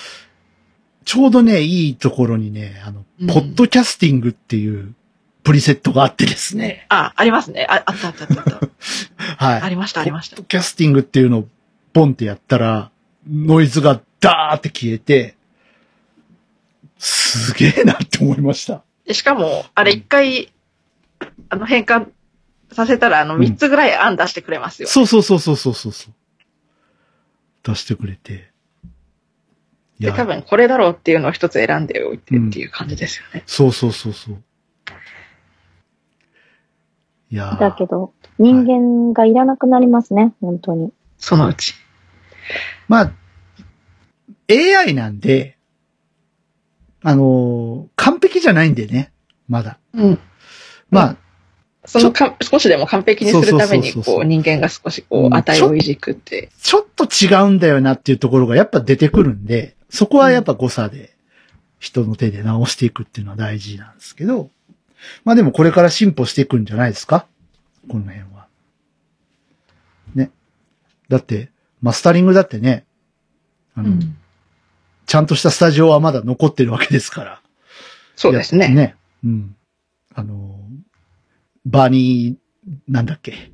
B: ちょうどね、いいところにね、あの、
C: うん
B: ポッドキャスティングっていうプリセットがあってですね。
C: あ、ありますね。ああったあったあったあった。
B: はい
C: あ。りました、ありまし
B: ポ
C: た
B: ッド。キャスティングっていうのをボンってやったら、ノイズがダーって消えて、すげえなって思いました。
C: でしかも、あれ一回、あの変換させたら、あの
B: うん
C: 3つぐらい案出してくれますよ。
B: そうそうそうそうそうそうそう。出してくれて。い
C: で、多分これだろうっていうのを一つ選んでおいてっていう感じですよね。
B: そうそうそうそう。いやー
D: だけど、人間がいらなくなりますね、本当に。
C: そのうち。
B: まあ、AI なんで、あのー完璧じゃないんでね、まだ。
C: うん。
B: まあ、
C: そのか、少しでも完璧にするため
B: そ
C: に、
B: うそうそうそう
C: こう、人間が少し
B: う
C: こ
B: ん
C: う、値をいじくって。
B: ちょっと違うんだよなっていうところがやっぱ出てくるんで、そこはやっぱ誤差で人の手で直していくっていうのは大事なんですけど、まあでもこれから進歩していくんじゃないですかこの辺は。ね。だって、マスタリングだってね、あ
C: う
B: の、
C: ん。
B: ちゃんとしたスタジオはまだ残ってるわけですから。
C: そうですね。
B: ね。うん。あの、バニー、なんだっけ。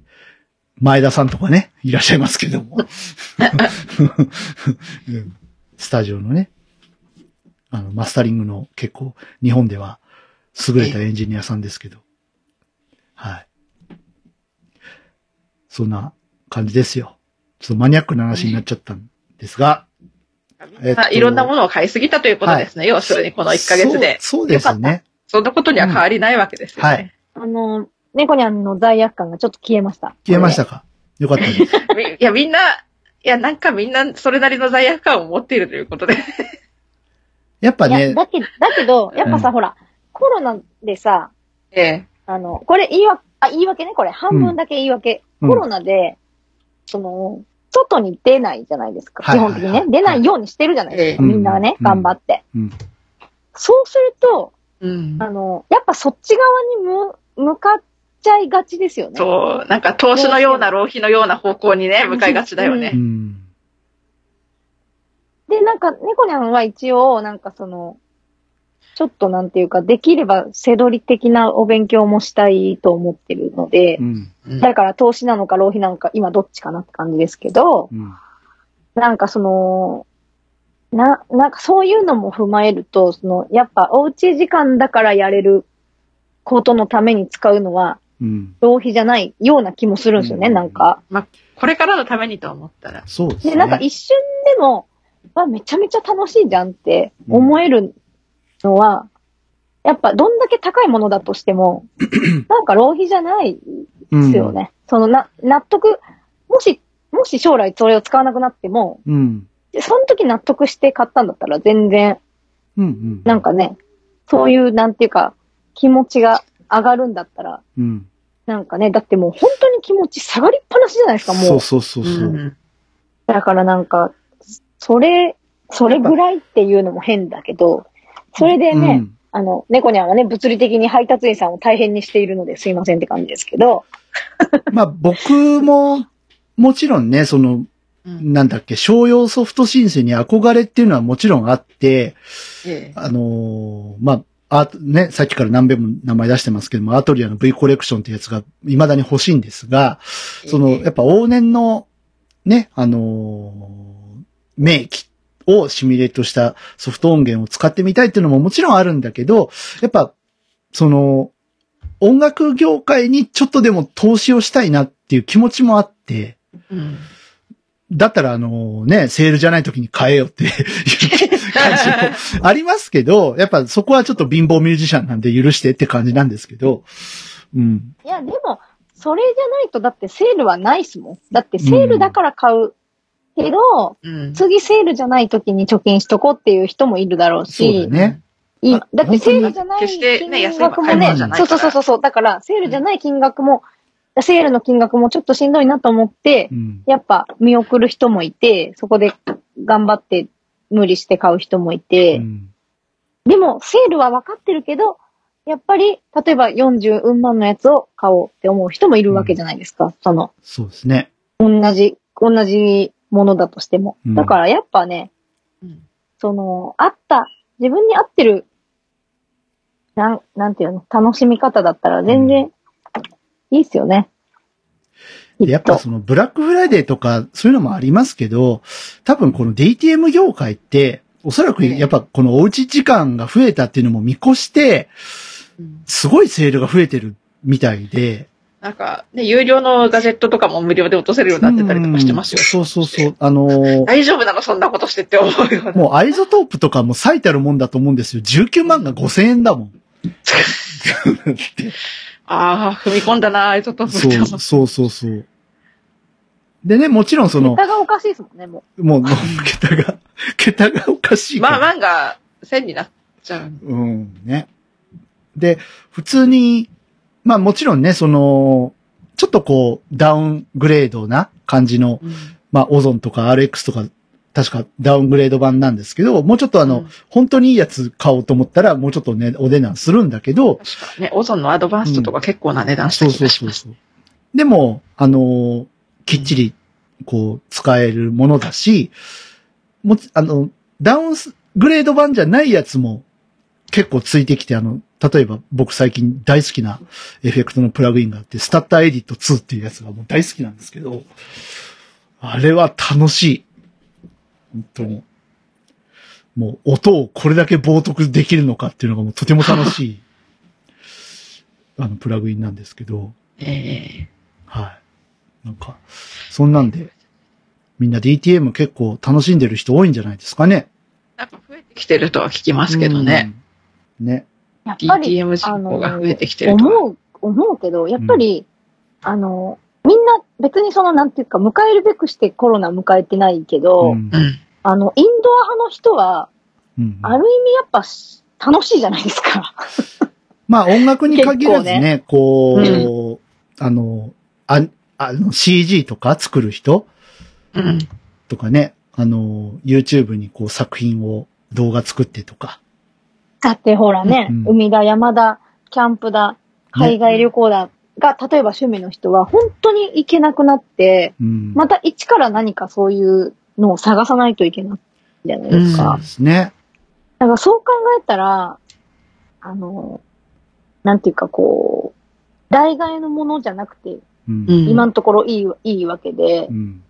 B: 前田さんとかね、いらっしゃいますけども。 うんスタジオのね、あの、マスタリングの結構、日本では優れたエンジニアさんですけど。はい。そんな感じですよ。ちょっとマニアックな話になっちゃったんですが。えっと
C: まあ、いろんなものを買いすぎたということですね。要するに、この1ヶ月で。
B: そうそうですね。
C: そんなことには変わりないわけですよね。
D: あの、猫ニャンの罪悪感がちょっと消えました。
B: 消えましたかよかったです。
C: みいや、みんな、いや、なんかみんな、それなりの罪悪感を持っているということで。
B: やっぱ
D: これね。
B: ね
D: いや、だけ、だけど、やっぱ
B: う
D: さ、
B: ん
D: ほら、コロナでさ、
C: ええ。
D: あの、これ言い訳、あ、言い訳ね、これ。半分だけ言い
B: う
D: 訳。
B: ん
D: コロナで、その、外に出ないじゃないですか。
B: はい
D: 基
B: はい
D: 本
B: はい
D: 的にね。出ないようにしてるじゃないですか。
B: ええ
D: みんなはね、
B: うん
D: 頑張って。
B: うん
D: そうすると、
C: うん
D: あ。の、やっぱそっち側にむ、向かっちゃいがちですよね。
C: そう、なんか投資のような浪費のような方向にね、向かいがちだよ
B: う
C: ね。
B: ん。
D: で、なんか、猫ニャンは一応、なんかその、ちょっとなんていうか、できれば、せどり的なお勉強もしたいと思ってるので
B: う、ん。
C: うん
D: だから投資なのか浪費なのか、今どっちかなって感じですけど、
B: うん。
D: なんかその、な、なんかそういうのも踏まえると、その、やっぱおうち時間だからやれることのために使うのは、
B: うん。
D: 浪費じゃないような気もするんですよね、
B: うん
D: なんか。
C: これからのためにと思ったら。
B: そうです
D: で、
B: ね。
D: なんか一瞬でも、わ、めちゃめちゃ楽しいじゃんって思えるのは、やっぱどんだけ高いものだとし ても、なんか浪費じゃないですよね。そのな、納得、もし、もし将来それを使わなくなっても、
B: うん。うん。
D: でその時納得して買ったんだったら全然、
B: うん。うん。
D: なんかね、そういう、なんていうか、気持ちが上がるんだったら、
B: うん。
D: なんかね、だってもう本当に気持ち下がりっぱなしじゃないですか、もう。
B: そうそうそうそうう。
C: ん
D: だからなんか、それ、それぐらいっていうのも変だけど、それで
B: う
D: ね、
B: ん。
D: あの、猫ニャンはね、物理的に配達員さんを大変にしているのですいませんって感じですけど、
B: まあ僕も、もちろんね、その、
C: うん
B: なんだっけ、商用ソフト申請に憧れっていうのはもちろんあって、
C: ええ
B: あのーまあ、アートね、さっきから何べんも名前出してますけども、アートリアの V コレクションってやつが未だに欲しいんですが、その、やっぱ往年の、ね、あのー名機をシミュレートしたソフト音源を使ってみたいっていうのももちろんあるんだけど、やっぱ、その、音楽業界にちょっとでも投資をしたいなっていう気持ちもあって、
C: うん
B: だったらあのね、セールじゃない時に買えよっていう 感じもありますけど、やっぱそこはちょっと貧乏ミュージシャンなんで許してって感じなんですけど、うん。
D: いや、でも、それじゃないと、だってセールはないっすもん。だってセールだから買うけど、
C: うん
D: 次セールじゃない時に貯金しとこうっていう人もいるだろう
B: そう
D: し
B: だ、ね。
D: いい
B: あ
D: だってセールじゃない
C: 決してね
D: 金額も
B: 安い買い
D: ね、
B: 物じゃ
C: ない
D: そ
C: から
D: うそうそうそう、だからセールじゃない金額も、セールの金額もちょっとしんどいなと思って
B: う、ん。
D: やっぱ見送る人もいて、そこで頑張って無理して買う人もいうて、
B: ん
D: でもセールは分かってるけど、やっぱり、例えば40運万のやつを買おうって思う人もいるわけじゃないですか。その、
B: そうですね。
D: 同じ、同じものだとしても。
B: うん
D: だからやっぱね、
C: うん
D: その、あった、自分に合ってる、なん、なんていうの、楽しみ方だったら全然いいっすよね。き
B: でやっ
D: と
B: ぱそのブラックフライデーとかそういうのもありますけど、多分この DTM 業界って、おそらくやっぱこのおうち時間が増えたっていうのも見越して、
C: うん
B: すごいセールが増えてるみたいで。
C: なんか、ね、有料のガジェットとかも無料で落とせるようになってたりとかしてますよ。
B: うんそうそうそう。あのー
C: 大丈夫なのそんなことしてって思うような。
B: もうアイゾトープとかも最たるもんだと思うんですよ。19万が5000円だもん。
C: ああ、踏み込んだな、あいつと思って
B: そう、そうそうそう。でね、もちろんその、
D: 桁がおかしいですもんね、も
B: もう、もう桁が、桁がおかしいから。
C: まあ、漫画、線になっちゃう。
B: うん、ね。で、普通に、まあもちろんね、その、ちょっとこう、ダウングレードな感じの、まあオゾンとか RX とか、確かダウングレード版なんですけど、もうちょっとあ
C: あ
B: の、、本当にいいやつ買おうと思ったら、もうちょっとね、お値段するんだけど、
C: 確かね、オゾンのアドバンストとか結構な値段した
B: そう
C: 気
B: そう
C: がし
B: そう
C: ます。
B: そう。でも、あのーきっちり、こう、使えるものだし、もち、あの、ダウンスグレード版じゃないやつも結構ついてきて、あの、例えば僕最近大好きなエフェクトのプラグインがあって、スタッターエディット2っていうやつがもう大好きなんですけど、あれは楽しい。本当に。もう音をこれだけ冒涜できるのかっていうのがもうとても楽しい、あの、プラグインなんですけど、
C: え
B: はい。なんか、そんなんで、みんな DTM 結構楽しんでる人多いんじゃないですかね。
C: えなんか増えてきてるとは聞きますけどね。
B: うん。ね。
D: う。やっぱり、
C: DTM 人口が増えてきてるとは。
D: 思う、思うけど、やっぱり、あの、みんな別にその、なんていうか、迎えるべくしてコロナ迎えてないけど、
B: うん
C: う。ん。
D: あの、インドア派の人は、
B: うん
D: ある意味やっぱし楽しいじゃないですか。
B: まあ音楽に限らずね、こう、
C: う
B: あの、ああの CG とか作る人
C: うん。
B: とかね、あの、YouTube にこう作品を動画作ってとか。
D: だってほらね、
B: うん
D: 海だ、山だ、キャンプだ、海外旅行だが、例えば趣味の人は本当に行けなくなって、
B: うん。
D: また一から何かそういうのを探さないといけないじゃないです
B: そう
D: か
B: で。すね。
D: だからそう考えたら、あの、なんていうかこう、代替えのものじゃなくて、
B: うん。
C: うん
D: 今のところいい、いいわけで
B: う、ん。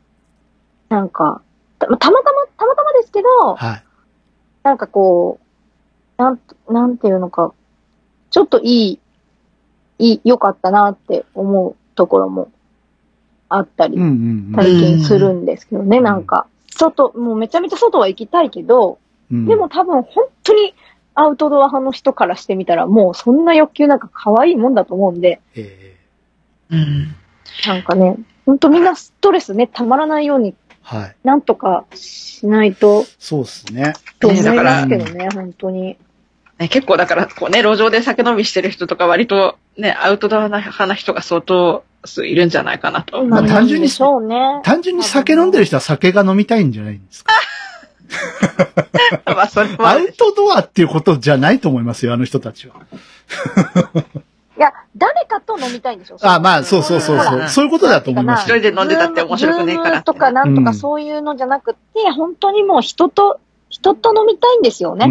D: なんか、たたまたま、たまたまですけど、
B: はい。
D: なんかこう、なん、なんていうのか、ちょっといい、いい、良かったなって思うところもあった
B: うんう
D: り、
B: ん
D: 体験するんですけどね、
B: うん
D: なんか。外、もうめちゃめちゃ外は行きたいけど、
B: うん。
D: でも多分本当にアウトドア派の人からしてみたら、もうそんな欲求なんか可愛いもんだと思うんで、
B: え
C: うん。
D: なんかね、ほんとみんなストレスね、たまらないように、
B: ーはい。
D: なんとかしないと、
B: そうですね。
D: と思
C: ね
D: い
C: だか
D: ま
C: ら
D: すけどね、本当に。
C: ね、結構だから、こうね、路上で酒飲みしてる人とか割とね、アウトドア派な人が相当数いるんじゃないかなと。
B: まあ単純に
D: そうね。
B: 単純に酒飲んでる人は酒が飲みたいんじゃないんですか。
C: まあ、それは
B: アウトドアっていうことじゃないと思いますよ、あの人たちは。
D: いや、誰かと飲みたいんでしょ
B: あまあ、そうそうそう
C: う
B: そ
C: ん
B: う。そういうことだと思います
C: 一
B: よ。
C: 人で飲んでたって面白くねえから
D: ズームとかなんとかそういうのじゃなくて、本当にもう人と、人と飲みたいんですよ
B: う
D: ね。
B: ん。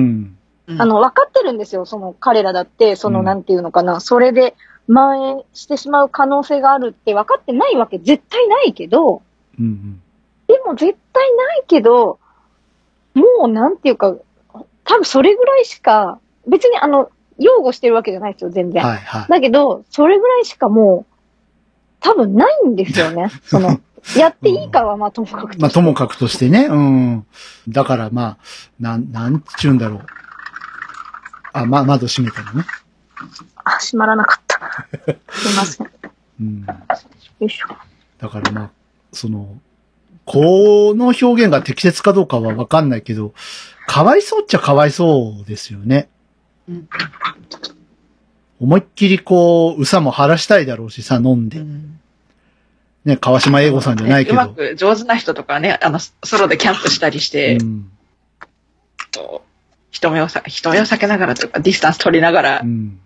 C: うん
D: あの、分かってるんですよ。その彼らだって、その、
B: うん
D: なんていうのかな、それで蔓延してしまう可能性があるって分かってないわけ絶対ないけど、
B: うんうん。
D: でも絶対ないけど、もうなんていうか、多分それぐらいしか、別にあの、擁護してるわけじゃないですよ、全然。
B: はいはい。
D: だけど、それぐらいしかもう、多分ないんです よね。その、やっていいかはまあともかく
B: まあ、ともか
D: く。
B: くとしてね。うん。だからまあ、なん、なんちゅうんだろう。あ、まあ、窓閉めたのね。
D: あ、閉まらなかった。すいません。よ
B: うん。だ
D: いしょ。
B: からまあ、その、この表現が適切かどうかはわかんないけど、かわいそうっちゃかわいそうですよね。
C: うん
B: 思いっきりこう、うさも晴らしたいだろうしさ、飲ん
C: う
B: で。
C: ん
B: ね、川島英語さんじゃないけ
C: うま
B: ど。
C: く上手な人とかね、あの、ソロでキャンプしたりして、
B: うん。
C: と人目をさ、人目を避けながらというか、ディスタンス取りながら
B: う、ん。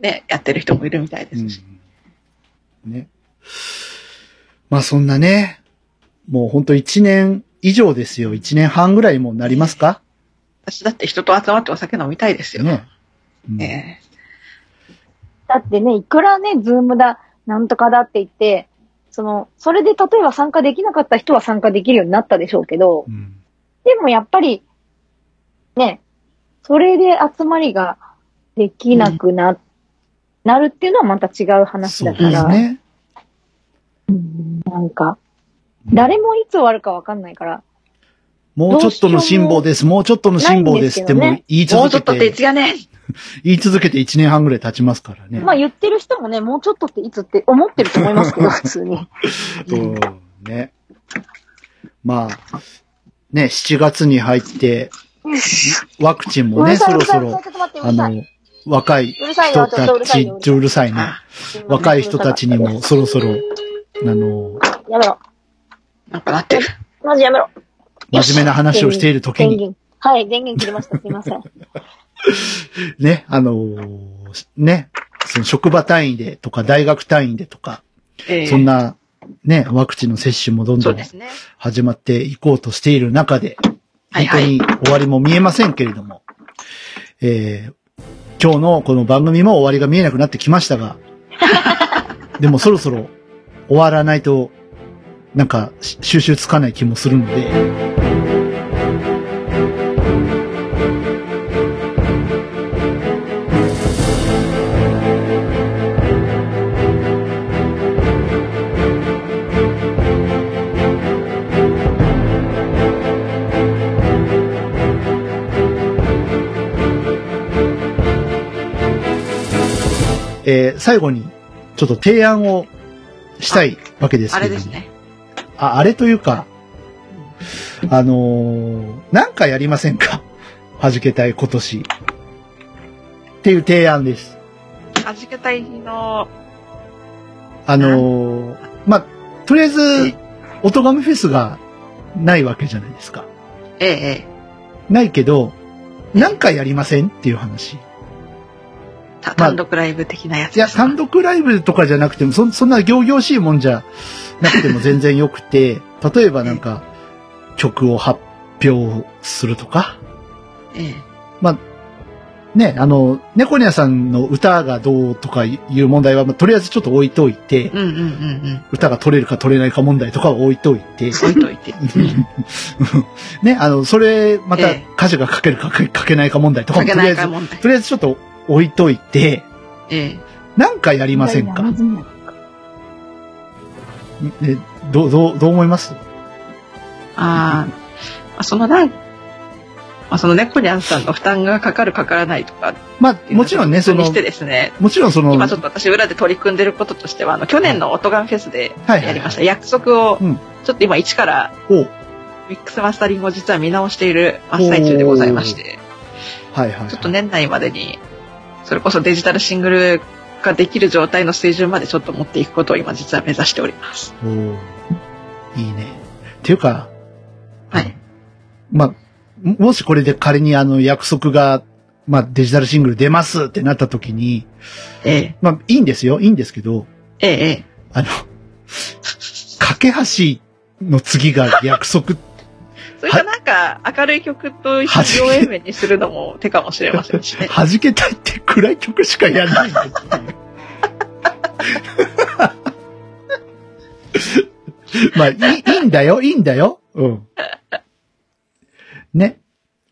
C: ね、やってる人もいるみたいで
B: う
C: す
B: ん
C: し。
B: ね。まあそんなね、もうほんと1年以上ですよ。1年半ぐらいもうなりますか
C: 私だって人と集まってお酒飲みたいですよ。
B: ね。うん
C: ええ
D: だってね、いくらね、ズームだ、なんとかだって言って、その、それで例えば参加できなかった人は参加できるようになったでしょうけど、
B: うん。
D: でもやっぱり、ね、それで集まりができなくな、なるっていうのはまた違う話
B: そ
D: だ
B: う
D: か
B: で
D: ら、
B: すね。
D: うんなんか、誰もいつ終わるかわかんないから、
B: もうちょっとの辛抱です。もうちょっとの辛抱ですってもう言い
C: もうちょ
B: 続
C: っとっ
B: け
C: て
B: て、
C: いつやねん
B: 言い続けて1年半ぐらい経ちますからね。
D: まあ言ってる人もね、もうちょっとっていつって思ってると思いま すけど、普通に。
B: うん、ね。まあ、ね、7月に入って、ワクチンもね、そろそろ、
D: ちょっと待って、う
B: あ
D: るさい。
B: の、若いう
D: るさい
B: 人
D: よ、ちょっとう
B: た
D: るさい
B: ち
D: よ。うる、
B: ち
D: さ
B: ょうるさいね。
D: い
B: 若い人たちに。もそろそろ、あの、
D: やめろ。
C: なんかなってる。
D: マジやめろ。
B: 真面目な話をしている時
D: 電
B: に、
D: 源。はい、電源切りました。すい ません。
B: ね、あの、ね、その職場単位でとか大学単位でとか、
C: ええ
B: そんな、ね、ワクチンの接種もどん
C: そ
B: ど
C: うんですね。
B: 始まっていこうとしている中で、
C: はい
B: 本
C: は
B: 当
C: い。
B: に終わりも見えませんけれども、えー今日のこの番組も終わりが見えなくなってきました が、でもそろそろ終わらないと、なんかし収集つかない気もするので、えー最後にちょっと提案をしたいわけです
C: あ
B: けれ
C: れ
B: ど
C: で
B: も
C: す、ね。
B: ああれというか、あのーなんかやりませんかはじけたい今年。っていう提案です。
C: はじけたい日の、
B: あのーまあ、とりあえず
C: え、
B: おとがめフェスがないわけじゃないですか。
C: えええ
B: ないけど、なんかやりませんっていう話。
C: え、た
B: まあ
C: 単独ライブ的なやつ
B: いや、単独ライブとかじゃなくても、そそんな行々しいもんじゃなくても全然よくて、例えばなんか、曲を発表するとか、
C: ええ。
B: ね、あの、猫ニャさんの歌がどうとかいう問題は、まあとりあえずちょっと置いといて、
C: うんうんうんうん。
B: 歌が取れるか取れないか問題とかは置いといて、
C: 置いといて。
B: ね、あの、それ、また
C: ええ
B: 歌詞が書けるか書け書けないか問題とか
C: か
B: も、
C: け
B: とり
C: な
B: あえ
C: い
B: ず
C: か、問題。
B: とりあえずちょっと置いといて、
C: ええ。
B: なんかやりませんか、
D: 山積みだ
B: ねどう、どう、どう思います
C: あーまあ、そのなん、まあ、その猫にゃんさんの負担がかかるかからないとかって
B: まあ、
C: いうのは
B: もちろんね、そ
C: 別
B: の
C: にし、てですね、
B: もちろんその、
C: 今ちょっと私裏で取り組んでることとしては、あの、去年のオトガンフェスで
B: はい
C: やりました。約束を、
B: うん
C: ちょっと今一から
B: お
C: ミックスマスタリングを実は見直している真っ最中でございまして、
B: はいはい。
C: ちょっと。年内までに、それこそデジタルシングルができる状態の水準までちょっと持っていくことを今実は目指しております。
B: おーいいね。っていうか、
C: はい。
B: まあ、ももしこれで仮にあの約束が、まあデジタルシングル出ますってなった時に、
C: ええ、
B: まあいいんですよ、いいんですけど、
C: ええ、ええ。
B: あの、架け橋の次が約束、
C: それかなんか明るい曲と一緒に上映面にするのも手かもしれませんしね。
B: 弾けたいって暗い曲しかやらないんですっていう。まあいい、いいんだよ、いいんだよ。うん。ね。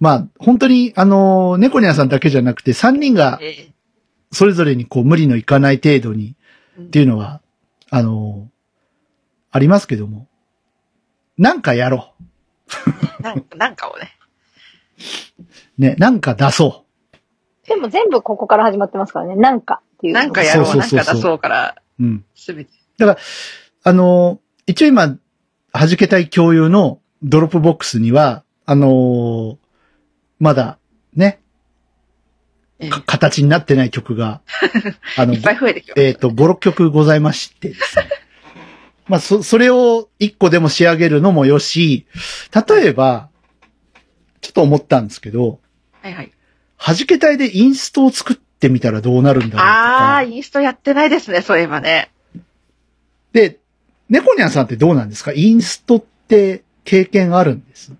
B: まあ、本当に、あの猫ニャンさんだけじゃなくて、3人が
C: ええ
B: それぞれにこう無理のいかない程度にっていうのは、あのありますけども。なんかやろ
C: なんかなんかをね。
B: う。ね、なんか出そ
D: でも全部ここから始まってますからね。なんかっていう。
C: なんかやろ、
B: そううそ
C: な
B: うんそうそう
C: か出そうから、
B: う。うん。
C: すべて。
B: あの、一応今、弾けたい共有のドロップボックスには、あのーまだ、ね、
C: ええ
B: か形になってない曲 が、あの
C: いっ、ぱい増えてきます。
B: えっ、と、5、6曲ございましてです ね。まあ、そ、それを1個でも仕上げるのもよし、例えば、ちょっと思ったんですけど、
C: はいはい。
B: 弾けたいでインストを作ってみたらどうなるんだろうとか。
C: ああ、インストやってないですね、そういえばね。
B: で、猫ニャンさんってどうなんですかインストって経験あるんです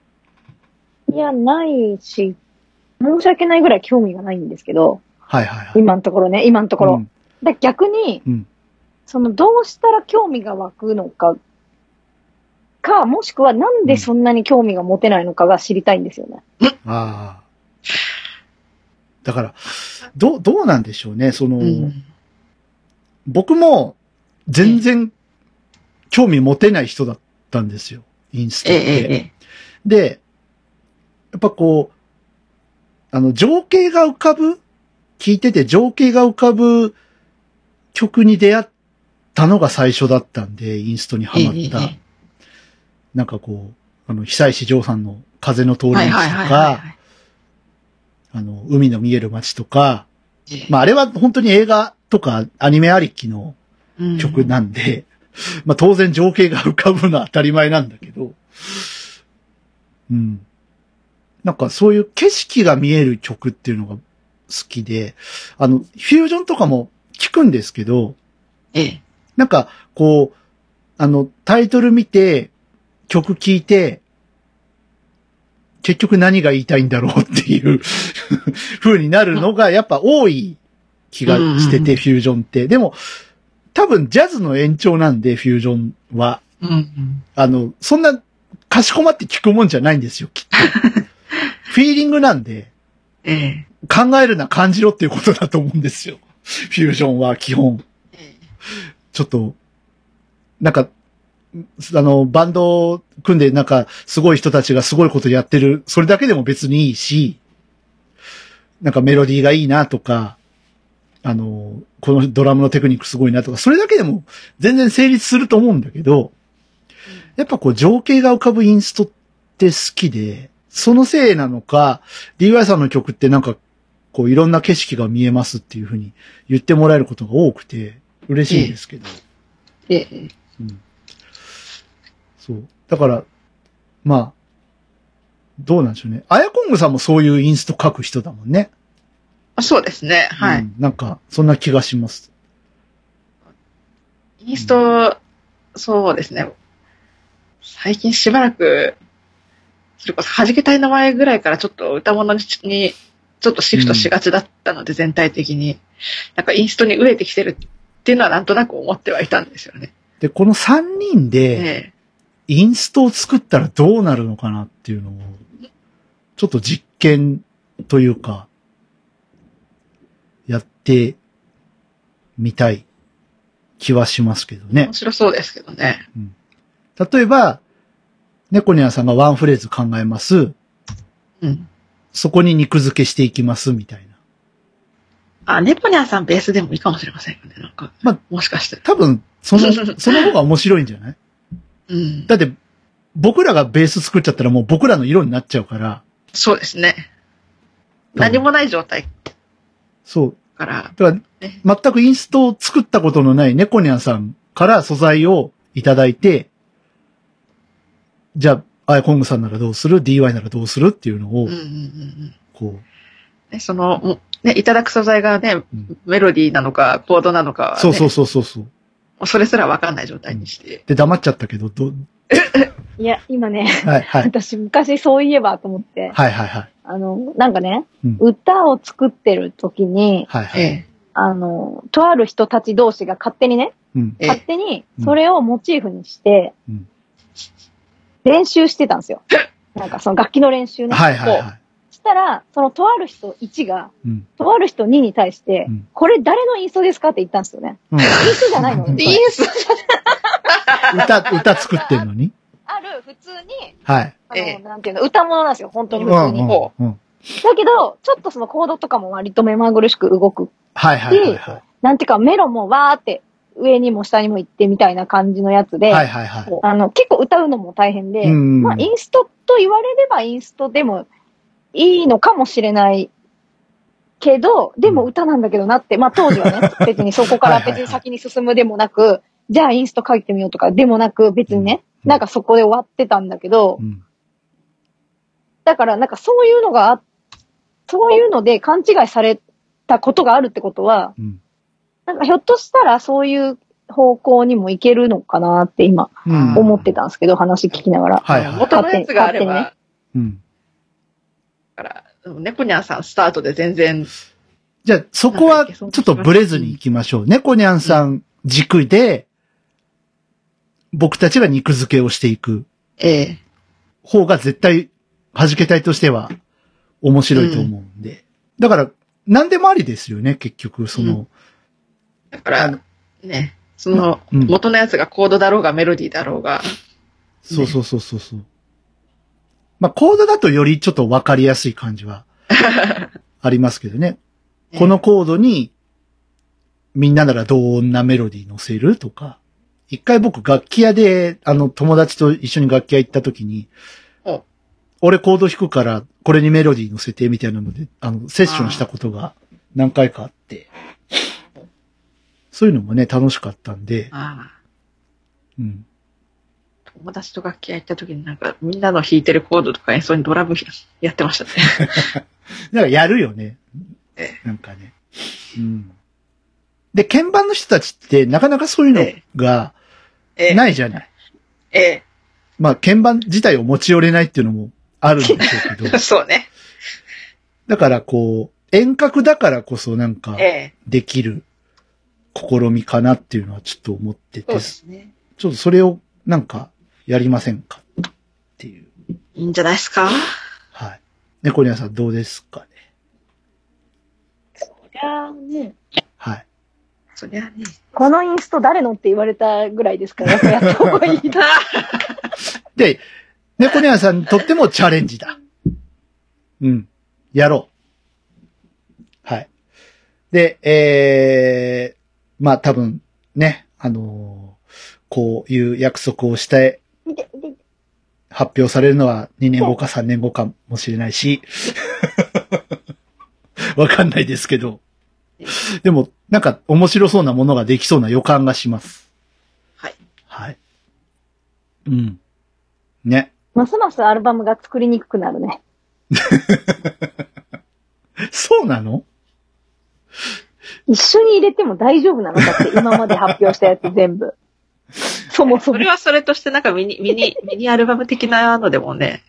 D: いや、ないし、申し訳ないぐらい興味がないんですけど、
B: はいはいはい。
D: 今のところね、今のところ。
B: うん
D: だから逆に、
B: うん
D: そのどうしたら興味が湧くのか、か、もしくはなんでそんなに興味が持てないのかが知りたいんですよね。
B: ああ。だから、どう、どうなんでしょうね。その、
C: うん。
B: 僕も全然興味持てない人だったんですよ。インスタ
C: ええ
B: っ
C: え
B: て。
C: え、ええ。
B: で、やっぱこう、あの、情景が浮かぶ、聞いてて情景が浮かぶ曲に出会ったのが最初だったんで、インストにハマった。
C: ええ
B: なんかこう、あの、久石譲さんの風の通り道
C: は
B: と
C: いはいはいはいは
B: か、
C: い。
B: あの、海の見える街とか、
C: ええ
B: まああれは本当に映画とかアニメありきの
C: うん
B: 曲なんで、まあ当然情景が浮かぶのは当たり前なんだけど、うん。なんかそういう景色が見える曲っていうのが好きで、あの、フュージョンとかも聞くんですけど、
C: ええ。
B: なんかこう、あの、タイトル見て、曲聴いて、結局何が言いたいんだろうっていう 風になるのがやっぱ多い気がして
C: うんうんう
B: て、フュージョンって。でも、多分ジャズの延長なんで、フュージョンは。
C: うんうん。
B: あの、そんな、かしこまって聞くもんじゃないんですよ、きっ と。フィーリングなんで、
C: ええ。
B: 考えるな、感じろっていうことだと思うんですよ。フュージョンは基本。
C: え
B: ちょっと、なんか、あの、バンドを組んで、なんか、すごい人たちがすごいことやってる、それだけでも別にいいし、なんかメロディーがいいなとか、あの、このドラムのテクニックすごいなとか、それだけでも全然成立すると思うんだけど、やっぱこう情景が浮かぶインストって好きで、そのせいなのか、DY さんの曲ってなんか、こういろんな景色が見えますっていうふうに言ってもらえることが多くて、嬉しいんですけど。
C: え。ええ。
B: そう。だから、まあ、どうなんでしょうね。アヤコングさんもそういうインスト書く人だもんね。
C: あそうですね。は
B: う
C: い。
B: んなんか、そんな気がします。
C: インスト、そうですね。最近しばらく、それこそ弾けたい名前ぐらいからちょっと歌物ににちょっとシフトしがちだったので、全体的に。なんかインストに飢えてきてるっていうのはなんとなく思ってはいたんですよね。
B: で、この3人で、
C: え
B: インストを作ったらどうなるのかなっていうのを、ちょっと実験というか、やってみたい気はしますけど
C: え。
B: ね
C: 面。白そうですけどね。
B: 例えば、猫ニャンさんがワンフレーズ考えます。
C: うん。
B: そこに肉付けしていきます、みたいな。
C: あ、ネポニャンさんベースでもいいかもしれませんよね。なんか、
B: まあ
C: もしかして。
B: 多分、その、その方が面白いんじゃない
C: うん。
B: だって、僕らがベース作っちゃったらもう僕らの色になっちゃうから。
C: そうですね。
B: 多分
C: 何もない状態
B: そう。
C: から、
B: だから、全くインストを作ったことのない猫ニャンさんから素材をいただいて、じゃあ、アイコングさんならどうする ?DY ならどうするっていうの
C: う
B: を
C: んうん、うんうん。
B: こ
C: ね、その、もね、いただく素材がね、
B: う。うん
C: メロディーなのか、コードなのかは、ね、
B: そうそうそうそうそう。
C: もうそれすらわかんない状態にして。
B: で、黙っちゃったけど、ど、
D: いや、今ね、
B: はい、はい。
D: 私昔そういえばと思って、
B: はい、はい、はい。
D: あの、なんかね、
B: うん
D: 歌を作ってる時に、
B: はい、は
C: え
B: い。
C: え、
D: あの、とある人たち同士が勝手にね、
B: うん。
C: え
D: 勝
C: え、
D: 手にそれをモチーフにして
B: うん、
D: 練習してたんですよ。なんかその楽器の練習ね。
B: はい、はい、
D: こ
B: はい。
D: うしたら、そのとある人1が、
B: うん。
D: とある人2に対して、
B: うん
D: これ誰のインストですかって言ったんですよね。
B: うん
D: インストじゃな いの
C: インス
B: 歌、歌作ってんのに
D: ある、普通に、
B: はい。
D: あ
C: ええ
D: の、なんていうの、歌物なんですよ、本当
B: う
D: に
B: ん、
D: 普
B: う
D: 通に。
B: ん
D: だ
C: こ、
B: うん。
D: けど、ちょっとそのコードとかも割と目まぐるしく動く。
B: はい、はい、はい、はい。
D: なんていうか、メロもわーって、上にも下にも行ってみたいな感じのやつで、
B: はいはいはい。
D: あの、結構歌うのも大変で、
B: うん
D: まあ、インストと言われればインストでもいいのかもしれないけど、でも歌なんだけどなって、まあ、当 時はね、別にそこから別に先に進むでもなく、じゃあインスト書いてみようとかでもなく、別にね、
B: うん
D: なんかそこで終わってたんだけど
B: う、ん。
D: だからなんかそういうのがあ、そういうので勘違いされたことがあるってことは、
B: うん。
D: なんかひょっとしたらそういう方向にもいけるのかなって今
B: うん
D: 思ってたんですけど、話聞きながら。
B: はいうは
C: 元のやつがあれば、
D: 勝
B: い。うん。
C: だから、ネコニャンさんスタートで全然、
B: じゃあ、そこは、ちょっとブレずに行きましょう。猫ニャンさん軸で、僕たちが肉付けをしていく
C: ええ。
B: 方が絶対、弾け隊としては面白いと思うんで。だから、何でもありですよね、結局、その、
C: だか
B: あ
C: ら
B: の、
C: ね、その、
B: うん
C: 元のやつがコードだろうがメロディーだろうが、
B: そうそうそうそうそう。まあ、コードだとよりちょっとわかりやすい感じはありますけどね。
C: ね
B: このコードに、みんなならどんなメロディー乗せるとか。一回僕楽器屋で、あの、友達と一緒に楽器屋行った時に
C: お、
B: 俺コード弾くから、これにメロディー乗せて、みたいなので、あの、セッションしたことが何回かあって
C: ー、
B: そういうのもね、楽しかったんで、
C: あ
B: うん。
C: あ、友達と楽器屋行った時になんか、みんなの弾いてるコードとか演奏にドラムやってましたね。
B: なんかやるよね
C: え。
B: なんかね。うん。で、鍵盤の人たちってなかなかそういうのが
C: ええ。
B: ないじゃない。
C: え
B: まあ、鍵盤自体を持ち寄れないっていうのもあるんでしょう けど
C: え。。そうね。
B: だからこう、遠隔だからこそなんか
C: ええ。
B: できる試みかなっていうのはちょっと思って
C: そう
B: て、
C: で
B: ち
C: すね。
B: ょっとそれをなんかやりませんかっていう。
C: いいんじゃないですか
B: はい。猫ニャさんどうですかね。
C: そりゃあね。
B: はい。
C: そりゃあね。
D: このインスト誰のって言われたぐらいですから、やっぱやった方がい いな。
B: で、猫ニャンさんにとってもチャレンジだ。うん。やろう。はい。で、えー、まあ多分ね、あのーこういう約束をして
D: 見て、見て、
B: 発表されるのは2年後か3年後かもしれないし、 わかんないですけど、でもなんか面白そうなものができそうな予感がします。
C: はい。
B: はい。うん。ね。
D: ますますアルバムが作りにくくなるね。
B: そうなの
D: 一緒に入れても大丈夫なのかって、今まで発表したやつ全 部。そもそ
C: そ
D: も
C: れ。はそれとしてなんかミニ、ミニ、ミニアルバム的なのでもね。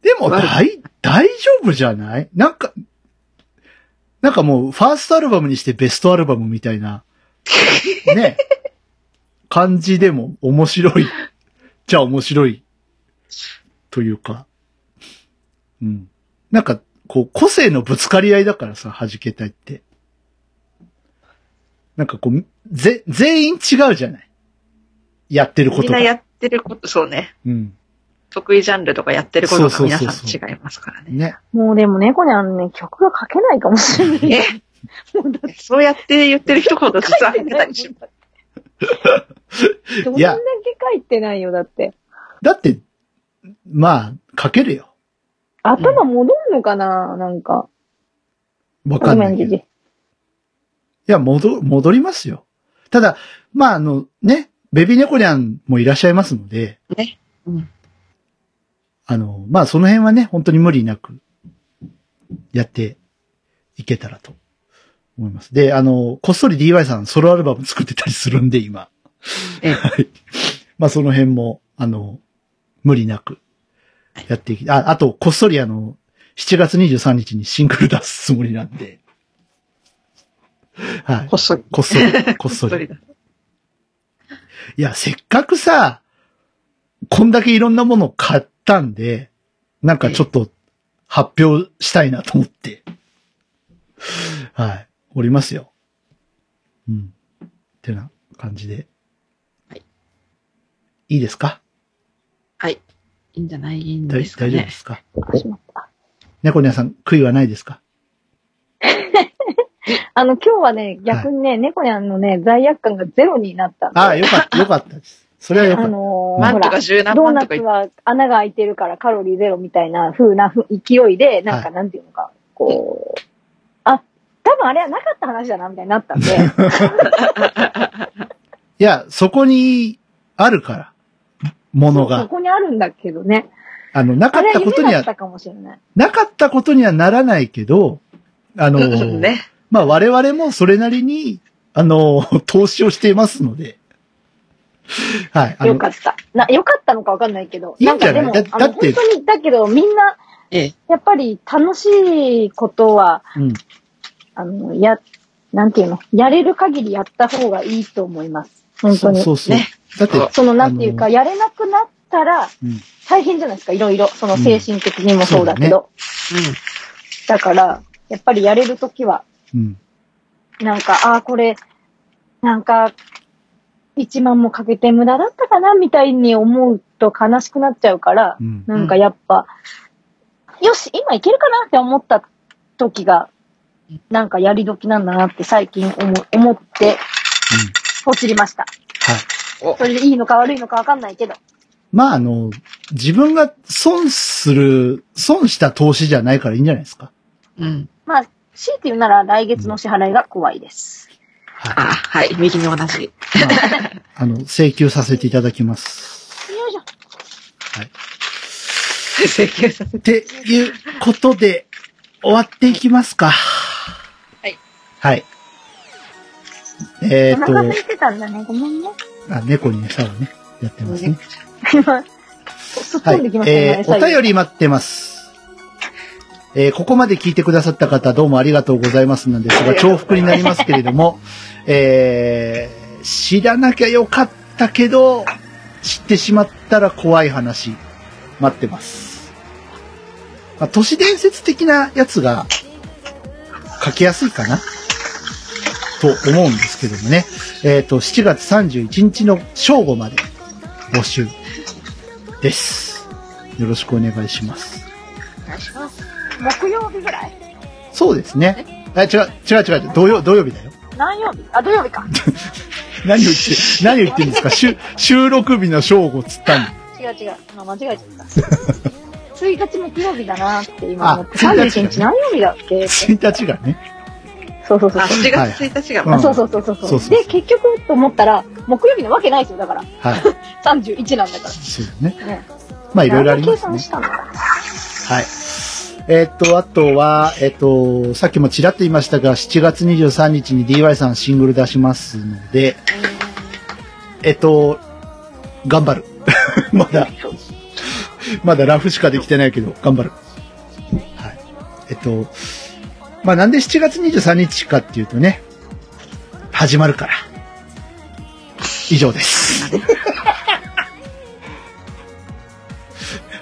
B: でも
C: 悪い
B: 大、大丈夫じゃないなんか、なんかもう、ファーストアルバムにしてベストアルバムみたい な、ね、感じでも面白い。じゃあ面白い。というか。うん。なんか、こう、個性のぶつかり合いだからさ、弾けたいって。なんかこう、ぜ、全員違うじゃないやってるこ
C: みん
B: とが
C: な。やってること、そうね。
B: うん。
C: 得意ジャンルとかやってることが
B: そうそう
C: 皆
B: そうそう
C: さん違いますからね。
B: ね。
D: もうでも猫にあのね、曲が書けないかもしれな い。
C: えそうやって言ってる人ほど実は言ってたりし ます。
D: どん
B: いや
D: だけ書いてないよ、だって。
B: だって、まあ、書けるよ。
D: 頭戻んのかな、なんか。
B: わか
D: ご
B: ん
D: め、
B: なんい
D: じ
B: けど。い
D: じ。
B: や、戻、戻りますよ。ただ、まあ、あの、ね、ベビーネコニャンもいらっしゃいますので、
C: ねうん
B: あの、まあ、その辺はね、本当に無理なく、やっていけたらと思います。で、あの、こっそり DY さんソロアルバム作ってたりするんで、今。
C: ええ
B: はい。まあ、その辺も、あの、無理なく、やっていき、あ、あと、こっそりあの、7月23日にシングル出すつもりなんで。 はい。
C: こっそり。
B: こっそ り、こっそ
C: こっそ
B: り
C: り。だ。
B: いや、せっかくさ、こんだけいろんなものを買ったんで、なんかちょっと発表したいなと思って。はい。おりますよ。うん。ってな感じで。
C: はい。
B: いいですか
C: はい。いいんじゃないん
B: 大
C: ですか
B: 大丈夫で
C: ね。
B: すか
D: あしまった
B: 猫ニャさん、悔いはないですか
D: あの、今日はね、逆にね、猫にゃんのね、罪悪感がゼロになったんで。
B: ああ、よか った、よかったです。それはよか
D: あ
B: った。
D: のー
C: 万
D: ほ、
C: とから十何
D: ドー
C: 万
D: ナ
C: とか言
D: ツ
C: っ
D: は穴が開いてるからカロリーゼロみたいな風なふ勢いで、なん
B: は
D: か
B: い
D: なんていうのか、こう、あ、多分あれはなかった話だな、みたいになった んで、
B: いや、そこにあるから、もの
D: そ
B: が。
D: こにあるんだけどね。
B: あの、なか
D: あ
B: っ
D: れは
B: たこと
D: 夢
B: に
D: だっ
B: は
D: たかもしれない。
B: なかったことにはならないけど、あの、
C: うんね。
B: まあ我々もそれなりに、あの、 投資をしていますので、はい、あ
D: よ
B: の、
D: かった。な、よかったのかわかんないけど。
B: いいんじゃない
D: んかで
B: だ
D: も、あの、
B: だって
D: 本当に、だけどみんな、
C: ええ。
D: やっぱり楽しいことは、
B: うん、
D: あの、や、なんていうの、やれる限りやった方がいいと思います。本当
B: そう
D: に。そ
B: そうそう。
C: ね
B: だって、
D: の、なんていうか、
B: あ
D: やれなくなったら
B: うん、
D: 大変じゃないですか、いろいろ。その精神的にもそうだけど。だから、やっぱりやれるときは、
B: うん。
D: なんか、ああー、これ、なんか、一万もかけて無駄だったかな、みたいに思うと悲しくなっちゃうから
B: う、ん。
D: なんかやっぱ、よし、今いけるかなって思った時が、なんかやり時なんだなって最近思思って、ポチりました。
B: はい。
C: お
D: それでいいのか悪いのかわかんないけど。
B: まあ、あの、自分が損する、損した投資じゃないからいいんじゃないですか。
C: うん。
D: まあ、強いて言うなら来月の支払いが怖いです。
C: あ、はい。右に 同じ。
B: まあ、あの、請求させていただきます。
D: よいしょ。
C: 請求させて。。
B: っていうことで、終わっていきますか。はいはい。え
D: お
B: ー、
D: 腹空
B: っ
D: いてたんだね。ごめんね。
B: と、あ、猫に餌をね、やってますね。
D: 今、 すっ
B: は
D: 飛
B: い
D: んでき。ましたね。
B: えー、お
D: 最後
B: 便り待ってます。えーここまで聞いてくださった方どうもありがとうございますなんですが、重複になりますけれども、えー知らなきゃよかったけど、知ってしまったら怖い話、待ってます。まあ、都市伝説的なやつが書きやすいかなと思うんですけどもね。えっ、と、7月31日の正午まで募集です。よろしくお願いします。
C: お願いします。
D: 木曜日ぐらい
B: そうですね。あ、違う、違う違う、土曜、土曜日だよ。
D: 何曜日あ、土曜日か。
B: 何を言って、何を言ってんですか収収録日の正午っつったの。
D: 違う違う。今間違えちゃった。1日木曜日だなって今思って。
B: あ1日
D: 31日何曜日だっけ
B: 1日がね。
D: そうそうそう
C: あ、
D: そう。
C: 7月1日が、
B: はい
D: あそうそうそうそう。
B: そうそう
D: うで、結局と思ったら、木曜日なわけないですよ、だから。
B: はい。
D: 31なんだか
B: そうだね。
D: ら。ね。
B: まあ、いろいろあります
D: 何
B: ね
D: の計算し。たんだ
B: はい。えっと、あとは、えっと、さっきもちらっと言いましたが、7月23日に DY さんシングル出しますので、えっと、頑張る。 まだ、 まだラフしかできてないけど、頑張る。はい。えっと、まあ、なんで7月23日かっていうとね、始まるから。以上です。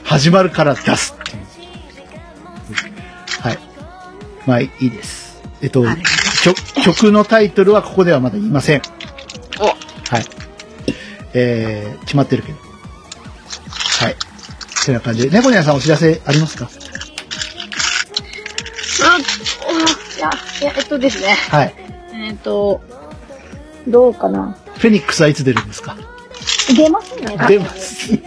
B: 始まるから出すっていう。はい。まあ、いいです。えっと、
C: あれ
B: 曲曲のタイトルはここではまだ言いません。
C: お、
B: はい。えー、決まってるけど。はい。てな感じで、猫ニャンさんお知らせありますか
D: あ、おいや、いや、えっとですね。
B: はい。
D: えっと、どうかな。
B: フェニックスはいつ出るんですか
D: 出ますね。
B: 出ます。
D: も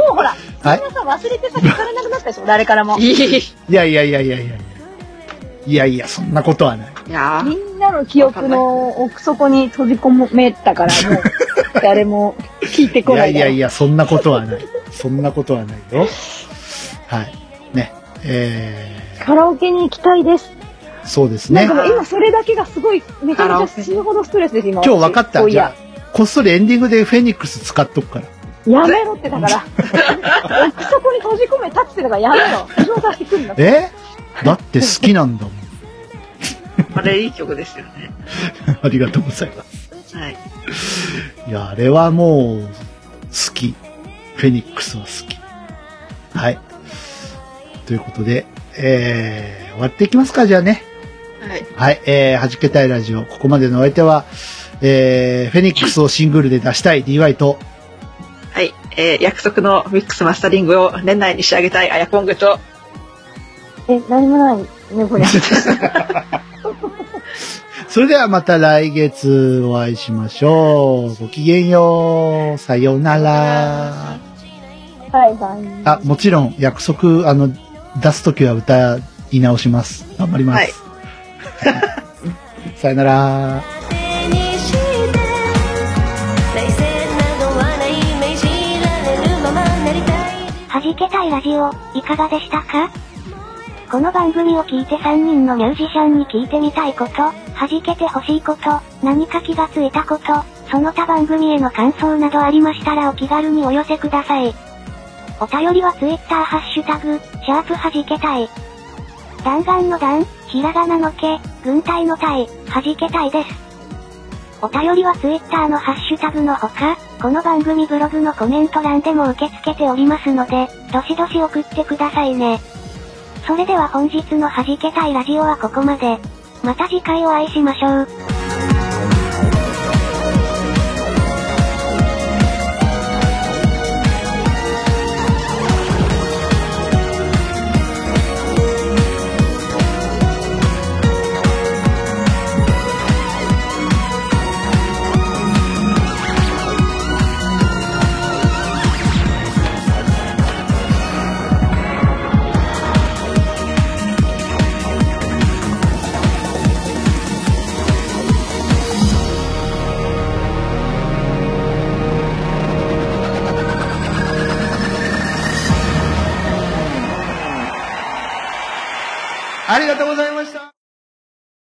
D: うほら、
B: はい
D: みんなさ、忘れてさ、聞かれなくなったでしょ、誰からも。
C: いい。い
B: いやいやいやいやいやいや。いやいや、そんなことはない。
C: や
D: み
C: ー
D: んなの記憶の奥底に閉じ込めたから、 もう、誰も聞いて
B: い
D: こな
B: や
D: い
B: い
D: だ
B: や
D: ろう。
B: いや、そんなことはない。そんなことはないよ。はい。ね。え
D: カラオケに行きたいです。
B: ー、そうです
D: な
B: ね。
D: んかも
B: 今
D: う今それだけがすごい、めちゃめちゃ死ぬほどストレスです、今。
B: 日分かった。
D: おい
B: じゃ
D: や。
B: あ、こっそりエンディングでフェニックス使っとくから。
D: やめろってだから。奥底に閉じ込めたっつってだからやめ ろ。後ろから行くんだ。
B: えだって好きなん だもん。
C: あれいい曲ですよね。
B: ありがとうございます。
C: はい。
B: いや、あれはもう、好き。フェニックスは好き。はい。ということで、えー、終わっていきますか、じゃあね。は
C: はい。
B: い、えー、はじけたいラジオ。ここまでのお相手は、えー、フェニックスをシングルで出したい DY と、
C: はい。えー、約束のミックスマスタリングを年内に仕上げたいアヤポングと、
D: え、何もない。ね、 これ。
B: それではまた来月お会いしましょう。ごきげんよう。さようなら。
D: はい、はい。
B: あ、もちろん約束、あの、出すときは歌い直します。頑張ります。
C: はい
B: さよなら。
E: 目にして大切なのはない目知られるままなりたい
A: 弾けたいラジオ、いかがでしたかこの番組を聞いて3人のミュージシャンに聞いてみたいこと、弾けてほしいこと、何か気がついたこと、その他番組への感想などありましたらお気軽にお寄せください。お便りは Twitter ハッシュタグ、シャープ弾けたい。弾丸の弾、ひらがなのけ、軍隊の隊、弾けたいです。お便りはツイッターのハッシュタグのほか、この番組ブログのコメント欄でも受け付けておりますので、どしどし送ってくださいね。それでは本日の弾けたいラジオはここまで。また次回お会いしましょう。
B: ありがとうございました